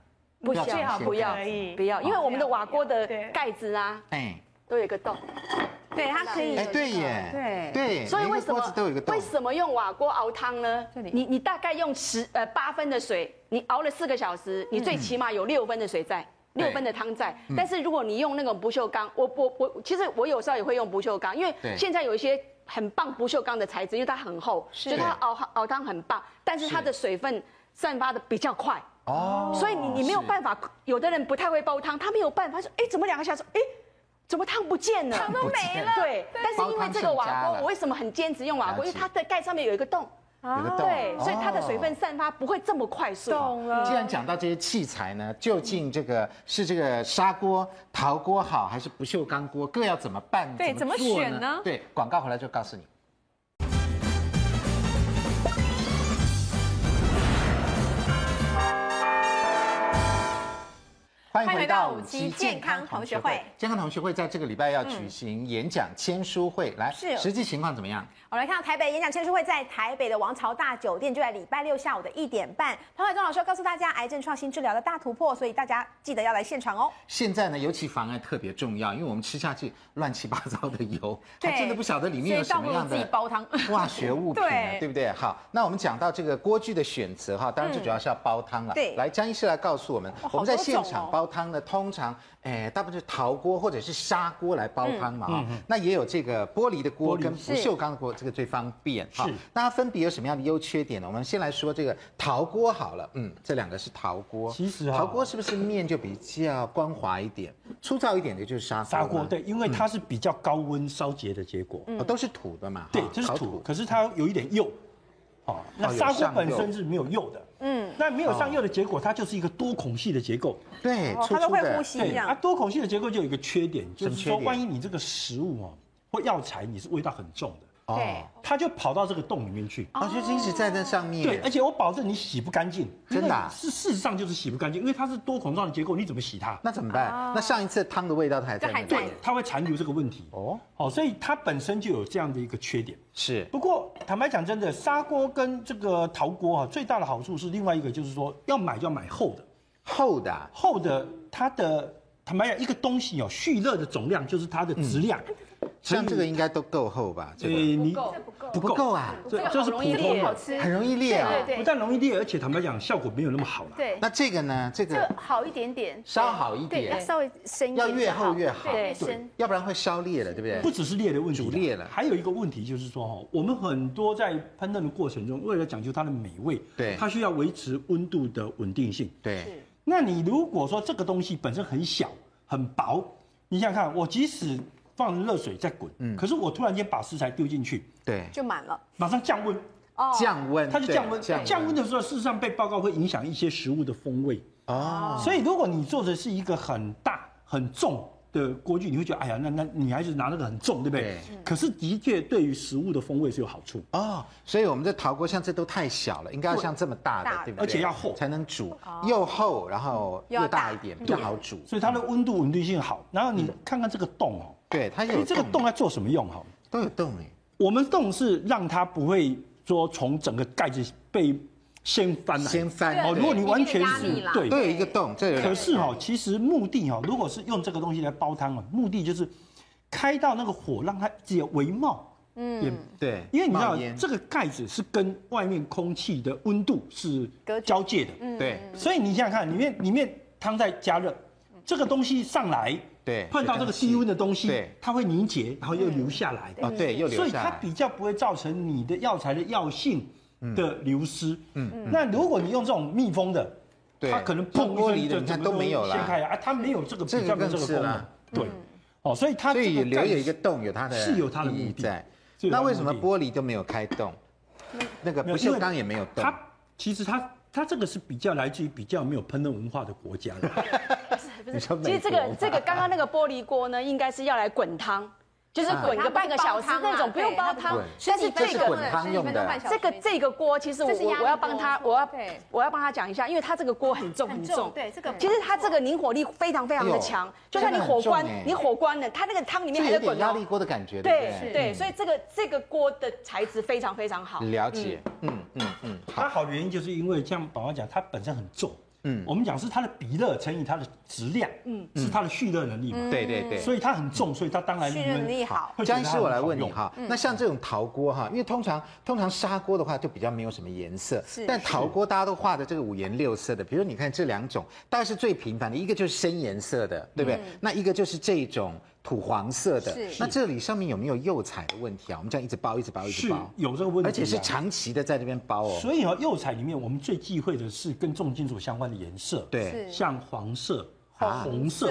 Speaker 5: 不行
Speaker 2: 要
Speaker 5: 最好
Speaker 2: 常
Speaker 5: 不
Speaker 2: 掀
Speaker 5: 要
Speaker 2: 盖
Speaker 7: 可
Speaker 2: 子
Speaker 7: 以
Speaker 5: 不要，因为我们的瓦锅的
Speaker 7: 对
Speaker 5: 盖子啊
Speaker 2: 哎
Speaker 5: 都有一个洞，
Speaker 1: 对，它可以
Speaker 2: 哎，对耶，
Speaker 1: 对
Speaker 2: 对，
Speaker 5: 所以
Speaker 2: 哎每
Speaker 5: 为
Speaker 2: 一个
Speaker 5: 什
Speaker 2: 锅
Speaker 5: 么
Speaker 2: 子都有一个洞
Speaker 5: 为？什么用瓦锅熬汤呢
Speaker 1: 这里？
Speaker 5: 你你大概用十呃八分的水，你熬了四个小时，你最起码有六分的水在。
Speaker 2: 对
Speaker 5: 六分的汤在，
Speaker 2: 嗯
Speaker 5: 但是如果你用那种不锈钢，我我我，其实我有时候也会用不锈钢，因为
Speaker 2: 对
Speaker 5: 现在有一些很棒不锈钢的材质，因为它很厚，所以它
Speaker 2: 对
Speaker 5: 熬熬汤很棒，但是它
Speaker 2: 是
Speaker 5: 的水分散发的比较快，
Speaker 2: 哦
Speaker 5: 所以你你没有
Speaker 2: 是
Speaker 5: 办法，有的人不太会煲汤，他没有办法说，哎，怎么两个小时，哎，怎么汤不见了，汤
Speaker 2: 都没了
Speaker 5: 对，但是因为这个
Speaker 2: 煲汤剩
Speaker 5: 瓦锅
Speaker 2: 渣，了
Speaker 5: 我为什么很坚持用瓦
Speaker 2: 了
Speaker 5: 锅？
Speaker 2: 解
Speaker 5: 因为它的盖上面有一个洞，
Speaker 2: 有个洞，
Speaker 5: 对，所以它的水分
Speaker 2: 哦
Speaker 5: 散发不会这么快速。
Speaker 1: 懂了
Speaker 2: 既然讲到这些器材
Speaker 1: 嗯
Speaker 2: 呢，究竟这个是这个砂锅、陶锅好，还是不锈钢锅，各要怎么办？
Speaker 1: 对怎么
Speaker 2: 做
Speaker 1: 选呢
Speaker 2: 对，广告回来就告诉你。欢迎回到五期健康同学会。健康同学会在这个礼拜要举行演讲签书会，来，
Speaker 1: 嗯是
Speaker 2: 实际情况怎么样？
Speaker 1: 我来看到台北演讲签书会在台北的王朝大酒店，就在礼拜六下午的一点半。潘怀忠老师要告诉大家癌症创新治疗的大突破，所以大家记得要来现场哦。
Speaker 2: 现在呢，尤其防癌特别重要，因为我们吃下去乱七八糟的油，
Speaker 1: 对
Speaker 2: 还真的不晓得里面有什么
Speaker 1: 所以倒不如
Speaker 2: 样
Speaker 1: 自己
Speaker 2: 的
Speaker 1: 煲汤
Speaker 2: 化学 物品呢，啊
Speaker 1: 对
Speaker 2: 对不对？好，那我们讲到这个锅具的选择哈，当然最主要是要煲汤了。
Speaker 1: 对
Speaker 2: 来江医师来告诉我们，我们在现
Speaker 1: 好多种
Speaker 2: 场
Speaker 1: 哦
Speaker 2: 煲汤呢，通常哎，大部分是陶锅或者是砂锅来煲汤
Speaker 1: 嗯
Speaker 2: 嘛哈。那也有这个玻璃的锅
Speaker 4: 玻璃
Speaker 2: 跟不锈钢的锅，这个最方便哈
Speaker 4: 是。
Speaker 2: 那它分别有什么样的优缺点呢？我们先来说这个陶锅好了，嗯，这两个是陶锅。
Speaker 4: 其
Speaker 1: 啊
Speaker 4: 实哈
Speaker 2: 陶锅是不是面就比较光滑一点，粗糙一点的就是砂锅
Speaker 4: 砂锅
Speaker 2: 吗，
Speaker 4: 对，因为它是比较高温烧结的结果，
Speaker 2: 哦都是土的嘛，
Speaker 4: 对
Speaker 2: 哈，
Speaker 4: 这是
Speaker 2: 烤
Speaker 4: 土，可是它有一点釉，哦，那
Speaker 2: 哦有
Speaker 4: 砂锅
Speaker 2: 上哦
Speaker 4: 本
Speaker 2: 釉
Speaker 4: 身是没有釉的，嗯，那没有上釉的结果，它就是一个多孔系的结构，
Speaker 2: 对，粗
Speaker 1: 它都
Speaker 2: 粗
Speaker 1: 会
Speaker 2: 的
Speaker 1: 呼吸这
Speaker 4: 对，啊，
Speaker 1: 样。
Speaker 4: 多孔性的结构就有一个缺点，就
Speaker 2: 么
Speaker 4: 是
Speaker 2: 缺
Speaker 4: 说，
Speaker 2: 点
Speaker 4: 万一你这个食物哦或药材你是味道很重的，
Speaker 5: 对，
Speaker 4: 它就跑到这个洞里面去。
Speaker 2: 啊，就是一直在那上面。
Speaker 4: 对，而且我保证你洗不干净，
Speaker 2: 嗯真的啊
Speaker 4: 因为是事实上就是洗不干净，因为它是多孔状的结构，你怎么洗它？
Speaker 2: 那怎么办？那上一次汤的味道它还在
Speaker 1: 这
Speaker 2: 那
Speaker 1: 还
Speaker 2: 里。
Speaker 1: 在
Speaker 4: 对，它会残留这个问题。
Speaker 2: 哦
Speaker 4: 哦，好，所以它本身就有这样的一个缺点。
Speaker 2: 是
Speaker 4: 不过坦白讲，真的砂锅跟这个陶锅啊，最大的好处是另外一个，就是说要买就要买厚的，
Speaker 2: 厚的啊，
Speaker 4: 厚的它的坦白讲，一个东西哦，蓄热的总量就是它的质量。
Speaker 2: 嗯像这个应该都够厚吧？这
Speaker 4: 呃，
Speaker 2: 个
Speaker 4: 你
Speaker 2: 不
Speaker 4: 不
Speaker 2: 够
Speaker 4: 够，
Speaker 2: 啊，
Speaker 4: 这这是普通的，
Speaker 3: 吃
Speaker 2: 很容易裂啊。
Speaker 3: 对
Speaker 4: 不
Speaker 3: 对
Speaker 4: 但容易裂，而且坦白讲效果没有那么好了。
Speaker 3: 对，
Speaker 2: 那这个呢？这
Speaker 3: 这
Speaker 2: 个
Speaker 3: 好一点点，
Speaker 2: 稍好一
Speaker 3: 对，要
Speaker 2: 点，
Speaker 3: 稍微深一
Speaker 2: 要
Speaker 3: 点就好，
Speaker 2: 越厚越好，
Speaker 3: 对，越深。
Speaker 2: 要不然会烧裂了，对不对？
Speaker 4: 不只是裂的问题啦，啊
Speaker 2: 煮裂了
Speaker 4: 还有一个问题就是说，哈，我们很多在烹饪的过程中，为了讲究它的美味，
Speaker 2: 对
Speaker 4: 它需要维持温度的稳定性。
Speaker 2: 对，
Speaker 4: 那你如果说这个东西本身很小很薄，你想想看，我即使放热水在滚，
Speaker 2: 嗯
Speaker 4: 可是我突然间把食材丢进去，
Speaker 2: 对，
Speaker 1: 就满了。
Speaker 4: 马上降温，
Speaker 1: 哦
Speaker 2: 降温，
Speaker 4: 它就
Speaker 2: 对
Speaker 4: 降温。降
Speaker 2: 降
Speaker 4: 温
Speaker 2: 温
Speaker 4: 的时候，事实上被报告会影响一些食物的风味。
Speaker 2: 哦，
Speaker 4: 所以如果你做的是一个很大很重的锅具，你会觉得哎呀，那那你还是拿那个很重，对不对
Speaker 2: 对？
Speaker 1: 嗯
Speaker 4: 可是的确对于食物的风味是有好处。
Speaker 2: 哦，所以我们这陶锅像这都太小了，应该要像这么大的
Speaker 1: 大，的
Speaker 2: 对不对？
Speaker 4: 而且要厚哦
Speaker 2: 才能煮，又厚，然后
Speaker 1: 又
Speaker 2: 又
Speaker 1: 要
Speaker 2: 大
Speaker 1: 大
Speaker 2: 一点，比较好煮。
Speaker 4: 所以它的温度稳定性好，然后你看看这个洞哦，
Speaker 2: 对，它
Speaker 4: 嗯哎
Speaker 2: 有，
Speaker 4: 这个洞要做什么用哈？
Speaker 2: 都有洞哎，
Speaker 4: 我们洞是让它不会说从整个盖子被掀翻来。
Speaker 2: 先翻
Speaker 4: 哦，
Speaker 2: 对
Speaker 4: 如果你完全
Speaker 1: 一定有压力
Speaker 4: 是
Speaker 1: 啦
Speaker 4: 对
Speaker 2: 都，有一个洞，这有一个
Speaker 4: 可是哦，其实目的哦，如果是用这个东西来煲汤啊，目的就是开到那个火，让它自己微冒，嗯，
Speaker 2: 对，
Speaker 4: 因为你知道
Speaker 2: 冒烟
Speaker 4: 这个盖子是跟外面空气的温度是交界的，
Speaker 2: 对
Speaker 4: 所以你想想看，里面里面汤在加热，这个东西上来，
Speaker 2: 对
Speaker 4: 碰到这个低温的东西
Speaker 2: 对，
Speaker 4: 它会凝结，然后又流下来，
Speaker 2: 哦对，又
Speaker 4: 所
Speaker 2: 留
Speaker 4: 以
Speaker 2: 下
Speaker 4: 它
Speaker 2: 来。
Speaker 4: 比较不会造成你的药材的药性的流失。嗯，那如果你用这种密封的，
Speaker 2: 对
Speaker 4: 它可能
Speaker 2: 泡
Speaker 4: 砰
Speaker 2: 玻璃的你看
Speaker 4: 一声就整个
Speaker 2: 都没有啦
Speaker 4: 掀开来啊，它没有这个
Speaker 2: 这
Speaker 4: 比
Speaker 2: 个
Speaker 4: 较没有
Speaker 2: 更
Speaker 4: 这个
Speaker 2: 是
Speaker 4: 功能
Speaker 2: 啦。
Speaker 4: 对，哦，所以它
Speaker 2: 所
Speaker 4: 这
Speaker 2: 以
Speaker 4: 个
Speaker 2: 留
Speaker 4: 盖
Speaker 2: 有
Speaker 4: 子
Speaker 2: 一个洞，有它的
Speaker 4: 是有它的
Speaker 2: 意义
Speaker 4: 目的
Speaker 2: 在。
Speaker 4: 是有它
Speaker 2: 那
Speaker 4: 的
Speaker 2: 为什么
Speaker 4: 目的
Speaker 2: 玻璃都没有开洞？那个
Speaker 4: 没有
Speaker 2: 不
Speaker 4: 因
Speaker 2: 锈
Speaker 4: 为
Speaker 2: 钢也没有洞
Speaker 4: 它，其实它它这个是比较来自于比较没有烹饪文化的国家 的。
Speaker 2: 你说
Speaker 5: 其
Speaker 2: 美
Speaker 5: 实这
Speaker 2: 国
Speaker 5: 个
Speaker 2: 吧
Speaker 5: 这个刚刚那个玻璃锅呢，应该是要来滚汤，就是
Speaker 4: 啊
Speaker 5: 滚个半个小时那种，不用煲汤
Speaker 2: 对。
Speaker 5: 但是
Speaker 2: 这
Speaker 5: 这
Speaker 2: 是
Speaker 5: 个
Speaker 2: 滚汤用的
Speaker 5: 这个这个锅，其实我
Speaker 1: 这是压力锅哦
Speaker 5: 我我要帮他，我要
Speaker 1: 对
Speaker 5: 我要帮他讲一下，因为他这个锅很重很重。
Speaker 3: 对这个
Speaker 5: 其实它这个凝火力非常非常的强，就算你火关
Speaker 2: 真的很重欸，
Speaker 5: 你火关了，它那个汤里
Speaker 2: 这
Speaker 5: 面还
Speaker 2: 有
Speaker 5: 在
Speaker 2: 点
Speaker 5: 滚
Speaker 2: 压
Speaker 5: 哦。
Speaker 2: 力锅的感觉，对
Speaker 5: 对
Speaker 2: 不
Speaker 5: 对
Speaker 2: 对？
Speaker 5: 所以这个这个锅的材质非常非常好。
Speaker 2: 了解，嗯嗯嗯，
Speaker 4: 它好的原因就是因为像宝宝讲，它本身很重。
Speaker 2: 嗯
Speaker 4: 嗯，我们讲是它的比热乘以它的质量，嗯，是它的蓄热能力嘛，
Speaker 2: 嗯对对对。
Speaker 4: 所以它很重，所以它当然
Speaker 1: 嗯蓄热能力好。
Speaker 4: 会觉
Speaker 2: 江
Speaker 4: 得
Speaker 2: 医
Speaker 4: 它
Speaker 2: 师，
Speaker 4: 很
Speaker 2: 我来
Speaker 4: 好
Speaker 2: 问你
Speaker 4: 用
Speaker 2: 哈，那像这种陶锅哈，因为通常通常砂锅的话就比较没有什么颜色，但陶锅大家都画的这个五颜六色的，比如你看这两种，大概是最频繁的，一个就是深颜色的，对不对？那一个就是这种土黄色的
Speaker 1: 是，
Speaker 2: 那这里上面有没有釉彩的问题啊？我们这样一直包，一直包，一直
Speaker 4: 是
Speaker 2: 包，
Speaker 4: 有这个问题、啊
Speaker 2: 而且是。长期的在这边包哦，
Speaker 4: 所以哦，釉彩里面我们最忌讳的是跟重金属相关的颜色，
Speaker 2: 对，
Speaker 1: 是
Speaker 4: 像黄色、
Speaker 2: 啊
Speaker 4: 红色。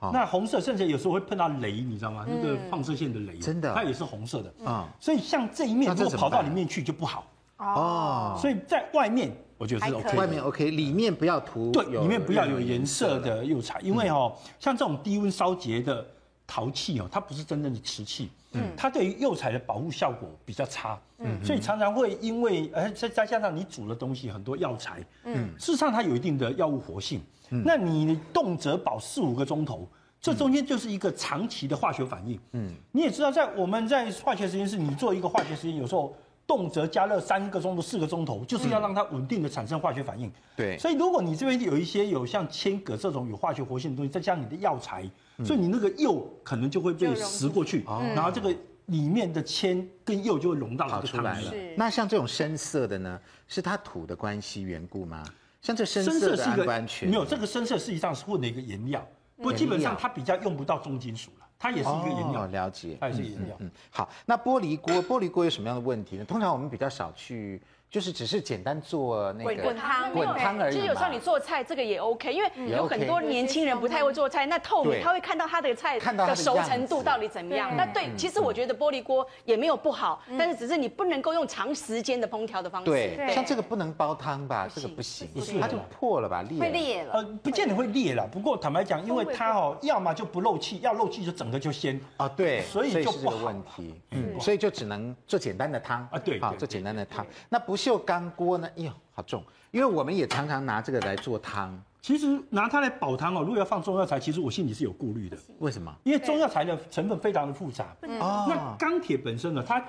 Speaker 2: 哦
Speaker 4: 那红色甚至有时候会碰到雷，你知道
Speaker 1: 嗯
Speaker 4: 吗？那个放射线的雷，
Speaker 2: 真的
Speaker 4: 它也是红色的
Speaker 2: 嗯
Speaker 4: 啊。所以像这一面
Speaker 2: 那这
Speaker 4: 如
Speaker 2: 怎
Speaker 4: 果
Speaker 2: 么
Speaker 4: 跑到
Speaker 2: 办
Speaker 4: 里面去就不好。
Speaker 2: 哦，
Speaker 4: 所以在外面，啊我觉得是 OK 的。
Speaker 2: 外面 OK，里面不要涂，
Speaker 4: 对，里面不要有颜色。的釉彩，因为哦，像这种低温烧结的陶器哦，它不是真正的瓷器，嗯，它对于釉彩的保护效果比较差，嗯，所以常常会因为，呃，再再加上你煮的东西很多药材，嗯，事实上它有一定的药物活性，那你动辄保四五个钟头。这中间就是一个长期的化学反应。嗯，你也知道，在我们在化学实验室，你做一个化学实验，有时候动辄加热三个钟头、四个钟头，就是要让它稳定的产生化学反应。
Speaker 2: 对
Speaker 4: 所以如果你这边有一些有像铅镉这种有化学活性的东西，再加上你的药材，
Speaker 2: 嗯
Speaker 4: 所以你那个釉可能就会被蚀过去，然后这个里面的铅跟釉就会溶到
Speaker 2: 跑
Speaker 4: 这
Speaker 2: 出
Speaker 4: 个
Speaker 2: 来
Speaker 4: 汤里
Speaker 2: 了
Speaker 4: 面。。
Speaker 2: 那像这种深色的呢，是它土的关系缘故吗？像这深色
Speaker 4: 深色
Speaker 2: 的
Speaker 4: 是一
Speaker 2: 安嗯
Speaker 4: 个
Speaker 2: 不安全？
Speaker 4: 没有这个深色实际上是混的一个颜料，不过基本上它比较用不到重金属了，它也是一个颜
Speaker 2: 哦
Speaker 4: 料，
Speaker 2: 了解。嗯
Speaker 4: 它也是一个颜料。
Speaker 2: 嗯，好，那玻璃锅，玻璃锅有什么样的问题呢？通常我们比较少去就是只是简单做那个
Speaker 1: 滚汤
Speaker 2: 滚汤而已
Speaker 5: 其
Speaker 2: 嘛。嗯
Speaker 5: 实有时候你做菜这个也 OK，因为有很多年轻人不太会做菜，那透明
Speaker 2: 对
Speaker 5: 他会看到他的菜
Speaker 2: 看到它
Speaker 5: 的
Speaker 2: 的
Speaker 5: 熟
Speaker 2: 样
Speaker 5: 程度
Speaker 2: 子嗯
Speaker 5: 到底怎么样。
Speaker 1: 对
Speaker 5: 那对，其实我觉得玻璃锅也没有不好，但是只是你不能够用长时间的烹调的方式。
Speaker 2: 对，
Speaker 1: 对
Speaker 2: 像这个不能煲汤吧，
Speaker 5: 不
Speaker 2: 这
Speaker 5: 行
Speaker 2: 个不行
Speaker 4: 不行，
Speaker 2: 它就破了吧，裂了
Speaker 1: 会裂了。
Speaker 2: 嗯
Speaker 4: 呃，不见得会裂啦。不过坦白讲，因为它哦，要么就不漏气，要漏气就整个就掀。
Speaker 2: 啊，对，
Speaker 4: 所以
Speaker 2: 这
Speaker 4: 就是不
Speaker 2: 个
Speaker 4: 好
Speaker 2: 问题，嗯，所以就只能做简单的汤
Speaker 4: 啊对
Speaker 2: 好
Speaker 4: 对
Speaker 2: 做简单的汤。那不锈钢锅呢？哎呦，好重，因为我们也常常拿这个来做汤，
Speaker 4: 其实拿它来煲汤哦，如果要放中药材，其实我心里是有顾虑的，
Speaker 2: 为什么？
Speaker 4: 因为中药材的成分非常的复杂。那
Speaker 2: 哦，
Speaker 4: 钢铁本身呢，它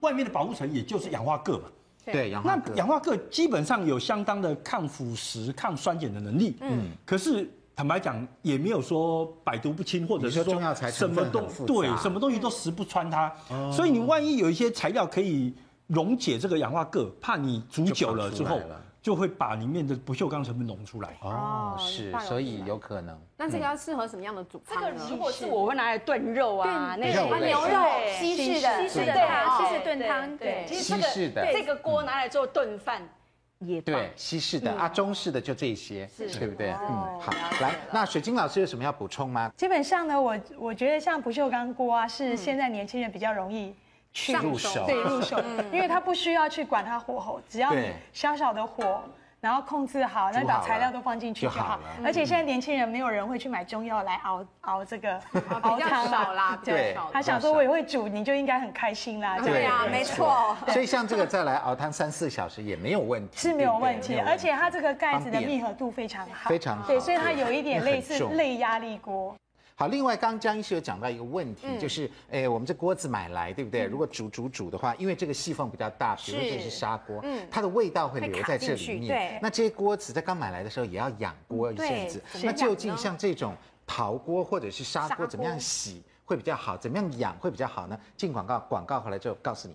Speaker 4: 外面的保护层也就是氧化铬嘛。
Speaker 2: 对，氧化
Speaker 4: 那
Speaker 2: 铬
Speaker 4: 氧化铬基本上有相当的抗腐蚀、抗酸碱的能力。嗯，可是坦白讲，也没有说百毒不侵，或者是
Speaker 2: 你说中药材
Speaker 4: 什
Speaker 2: 成
Speaker 4: 么
Speaker 2: 分
Speaker 4: 东
Speaker 2: 很复杂哦
Speaker 4: 对什么东西都食不穿它。所以你万一有一些材料可以溶解这个氧化铬，怕你煮久了之
Speaker 2: 就跑
Speaker 4: 后
Speaker 2: 出来了
Speaker 4: 就会把里面的不锈钢成分溶出来。
Speaker 2: 哦
Speaker 1: 哦
Speaker 2: 是
Speaker 1: 化，溶出
Speaker 2: 所以
Speaker 1: 来
Speaker 2: 有可能。
Speaker 1: 那这个要适合什么样的煮
Speaker 5: 这
Speaker 1: 汤
Speaker 5: 个
Speaker 1: 呢？
Speaker 5: 如果是我会拿来炖肉啊，那
Speaker 2: 肉
Speaker 5: 种
Speaker 1: 啊
Speaker 2: 类
Speaker 1: 牛肉
Speaker 5: 对
Speaker 1: 西式的，
Speaker 3: 西式的
Speaker 1: 对
Speaker 5: 对啊
Speaker 1: 啊，
Speaker 3: 西
Speaker 1: 西
Speaker 3: 式
Speaker 1: 式
Speaker 3: 炖汤，对
Speaker 5: 对，。其实
Speaker 2: 西式
Speaker 5: 这
Speaker 2: 的
Speaker 5: 个这个锅拿来做炖饭也棒。
Speaker 2: 对，西式的啊，中式的就这些，对不对？嗯，好，来，那水晶老师有什么要补充吗？
Speaker 7: 基本上呢，我我觉得像不锈钢锅啊，是现在年轻人比较容易去
Speaker 2: 上手
Speaker 7: 对入手，嗯 因为他不需要去管它火候，只要你
Speaker 2: 对
Speaker 7: 小小的火。然后控制好，那
Speaker 2: 煮好
Speaker 7: 把
Speaker 2: 了
Speaker 7: 材料都放进去就
Speaker 2: 就好
Speaker 7: 好
Speaker 2: 了。
Speaker 7: 而且现在年轻人没有人会去买中药来熬熬这个 熬
Speaker 1: 比较
Speaker 7: 汤啊
Speaker 1: 少啦比较
Speaker 2: 对
Speaker 1: 少啦
Speaker 7: 他想说我也会煮，你就应该很开心啦。这样
Speaker 1: 对啊，
Speaker 2: 对
Speaker 1: 没错。
Speaker 2: 所以像这个再来熬汤三四小时也没有问题，
Speaker 7: 是没有问题
Speaker 2: 对不
Speaker 7: 的，
Speaker 2: 对
Speaker 7: 而且它这个盖子的
Speaker 2: 方便
Speaker 7: 密合度非常好，
Speaker 2: 非常好
Speaker 7: 对，所以它有一点类
Speaker 2: 对
Speaker 7: 似
Speaker 2: 因为很重
Speaker 7: 类压力锅，
Speaker 2: 好，另外刚刚江医师有讲到一个问题，就是诶，我们这锅子买来，对不对？如果煮煮煮的话，因为这个细缝比较大，比如说这是砂锅，它的味道会留在这
Speaker 1: 会卡进
Speaker 2: 里
Speaker 1: 去
Speaker 2: 面
Speaker 1: 对。
Speaker 2: 那这些锅子在刚买来的时候也要养锅一阵子，那究竟像这种陶锅或者是砂锅怎么样洗会比较好？怎么样养会比较好呢？进广告，广告回来之后告诉你。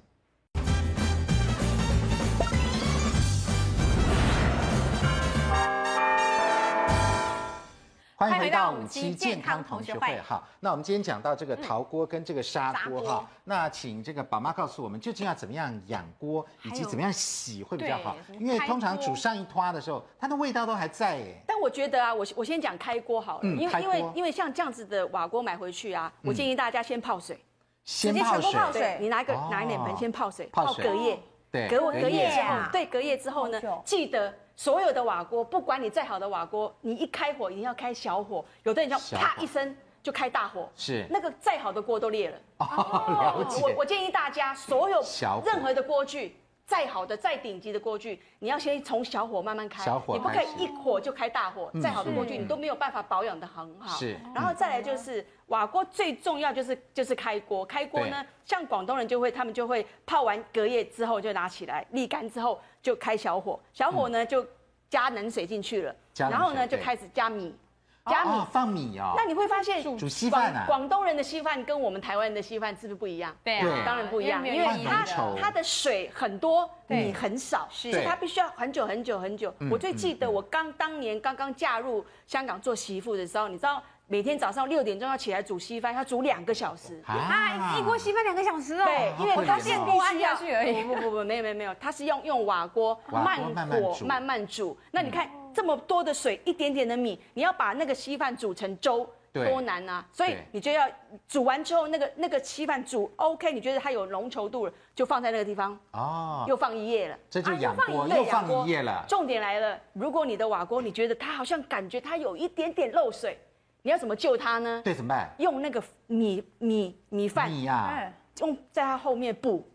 Speaker 2: 欢迎回到五期健康同学会。好，那我们今天讲到这个陶锅跟这个砂锅
Speaker 1: 砂
Speaker 2: 哈
Speaker 1: 锅，
Speaker 2: 那请这个宝妈告诉我们究竟要怎么样养锅，以及怎么样洗会比较好
Speaker 1: 对。
Speaker 2: 因为通常煮上一拖的时候，它的味道都还在耶。
Speaker 5: 但我觉得啊，我我先讲开锅好了，
Speaker 2: 嗯
Speaker 5: 因
Speaker 2: 开
Speaker 5: 为因
Speaker 2: 锅嗯
Speaker 5: 为因为像这样子的瓦锅买回去啊，我建议大家先泡水，
Speaker 2: 先
Speaker 1: 接
Speaker 2: 泡
Speaker 1: 全部
Speaker 2: 水，
Speaker 1: 泡水
Speaker 5: 你拿一个
Speaker 2: 哦
Speaker 5: 拿一脸盆先泡水，
Speaker 2: 泡水哦
Speaker 5: 隔夜，
Speaker 2: 对，
Speaker 5: 隔隔夜之后
Speaker 2: 嗯，
Speaker 5: 对，隔夜之后呢
Speaker 7: 好久，
Speaker 5: 记得。所有的瓦锅，不管你再好的瓦锅，你一开火一定要开小火。有的人叫
Speaker 2: 小火
Speaker 5: 啪一声就开大火，
Speaker 2: 是
Speaker 5: 那个再好的锅都裂了。
Speaker 2: 哦，了解。
Speaker 5: 我我建议大家，所有
Speaker 2: 小火
Speaker 5: 任何的锅具，再好的、再顶级的锅具，你要先从小火慢慢开，
Speaker 2: 小火
Speaker 5: 你不可
Speaker 2: 开
Speaker 5: 以
Speaker 2: 始嗯
Speaker 5: 一火就开大火。再好的锅具，你都没有办法保养的很好。
Speaker 2: 是
Speaker 5: 然后再来就是瓦锅最重要就是就是开锅，开锅呢，像广东人就会，他们就会泡完隔夜之后就拿起来沥干之后就开小火，小火呢就加冷水进去了，
Speaker 2: 嗯加冷
Speaker 5: 然后呢
Speaker 2: 水
Speaker 5: 就
Speaker 2: 对
Speaker 5: 开始加米，加米
Speaker 2: 哦放米哦。
Speaker 5: 那你会发现
Speaker 2: 煮稀饭啊
Speaker 5: 广广东人的稀饭跟我们台湾人的稀饭是不是不一样？
Speaker 1: 对
Speaker 2: 啊对
Speaker 5: 当然不一样，因
Speaker 1: 因为
Speaker 5: 为
Speaker 1: 没有
Speaker 5: 它
Speaker 2: 意义了
Speaker 5: 它的水很多，米很少，所
Speaker 1: 是
Speaker 5: 以它必须要很久很久很久。
Speaker 2: 嗯
Speaker 5: 我最记得我刚当年刚刚嫁入香港做媳妇的时候，你知道每天早上六点钟要起来煮稀饭，要煮两个小时。
Speaker 1: 啊，一锅稀饭两个小时哦。
Speaker 5: 对，因为
Speaker 2: 好可怜哦
Speaker 5: 它电锅按
Speaker 1: 必须要去而已
Speaker 5: 不不不不，没有没有没有，它是用用瓦锅
Speaker 2: 瓦锅慢
Speaker 5: 慢
Speaker 2: 慢
Speaker 5: 火
Speaker 2: 煮嗯
Speaker 5: 慢慢煮。那你看这么多的水，一点点的米，你要把那个稀饭煮成粥。
Speaker 2: 对
Speaker 5: 多难啊！所以
Speaker 2: 对
Speaker 5: 你就要煮完之后，那个那个稀饭煮 OK，你觉得它有浓稠度了，就放在那个地方，
Speaker 2: 哦，
Speaker 5: 又放一夜了。
Speaker 2: 这就
Speaker 5: 啊
Speaker 2: 养锅，
Speaker 5: 对
Speaker 2: 又
Speaker 5: 养锅
Speaker 2: 放一夜了。
Speaker 5: 重点来了，如果你的瓦锅你觉得它好像感觉它有一点点漏水，你要怎么救它呢？
Speaker 2: 对，怎么办？
Speaker 5: 用那个米米米饭，
Speaker 2: 米呀，
Speaker 1: 哎
Speaker 5: 用在它后面补，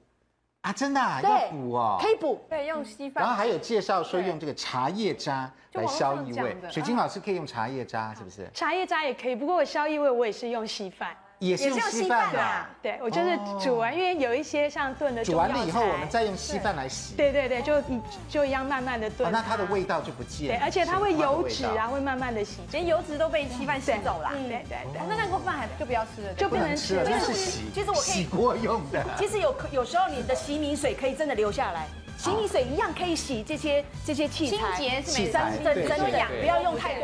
Speaker 2: 啊，真的啊
Speaker 5: 对
Speaker 2: 要补哦。
Speaker 5: 可以补。
Speaker 1: 对，用稀饭。
Speaker 2: 然后还有介绍说
Speaker 1: 对
Speaker 2: 用这个茶叶渣来消异
Speaker 1: 就网络上
Speaker 2: 味
Speaker 1: 讲，的
Speaker 2: 水晶老师可以用茶叶渣，是不是？
Speaker 7: 茶叶渣也可以，不过我消异味我也是用稀饭，
Speaker 2: 也是用稀饭
Speaker 1: 也是用稀饭
Speaker 2: 的
Speaker 1: 啊。
Speaker 7: 对我就是
Speaker 2: 哦
Speaker 7: 煮完，因为有一些像炖的
Speaker 2: 煮
Speaker 7: 中
Speaker 2: 完
Speaker 7: 药
Speaker 2: 了以后，
Speaker 7: 材
Speaker 2: 我们再用稀饭来洗。
Speaker 7: 对对对，就一就一样慢慢的
Speaker 2: 哦，
Speaker 7: 炖，
Speaker 2: 那它的味道就不见
Speaker 7: 对，
Speaker 2: 了。
Speaker 7: 而且它会
Speaker 2: 是吗
Speaker 7: 油脂。
Speaker 2: 它的味
Speaker 7: 啊，
Speaker 2: 道
Speaker 7: 会慢慢的洗，
Speaker 1: 连油脂都被稀饭吸走啦。
Speaker 7: 对对对，
Speaker 1: 那那锅饭还就不要吃了，
Speaker 7: 就
Speaker 2: 哎不
Speaker 7: 不
Speaker 2: 能
Speaker 7: 能
Speaker 2: 吃
Speaker 7: 吃
Speaker 2: 了，
Speaker 7: 了
Speaker 2: 那是
Speaker 5: 其实
Speaker 2: 洗
Speaker 5: 其实我可以
Speaker 2: 洗锅用的。
Speaker 5: 其实有有时候你的洗米水可以真的流下来，
Speaker 2: 哦
Speaker 5: 洗米水一样可以洗这些这些器
Speaker 1: 清
Speaker 5: 材，
Speaker 1: 洁是没
Speaker 5: 真
Speaker 1: 错
Speaker 5: 真
Speaker 2: 对
Speaker 5: 真的
Speaker 2: 对
Speaker 5: 养，
Speaker 2: 对
Speaker 5: 不要用太多。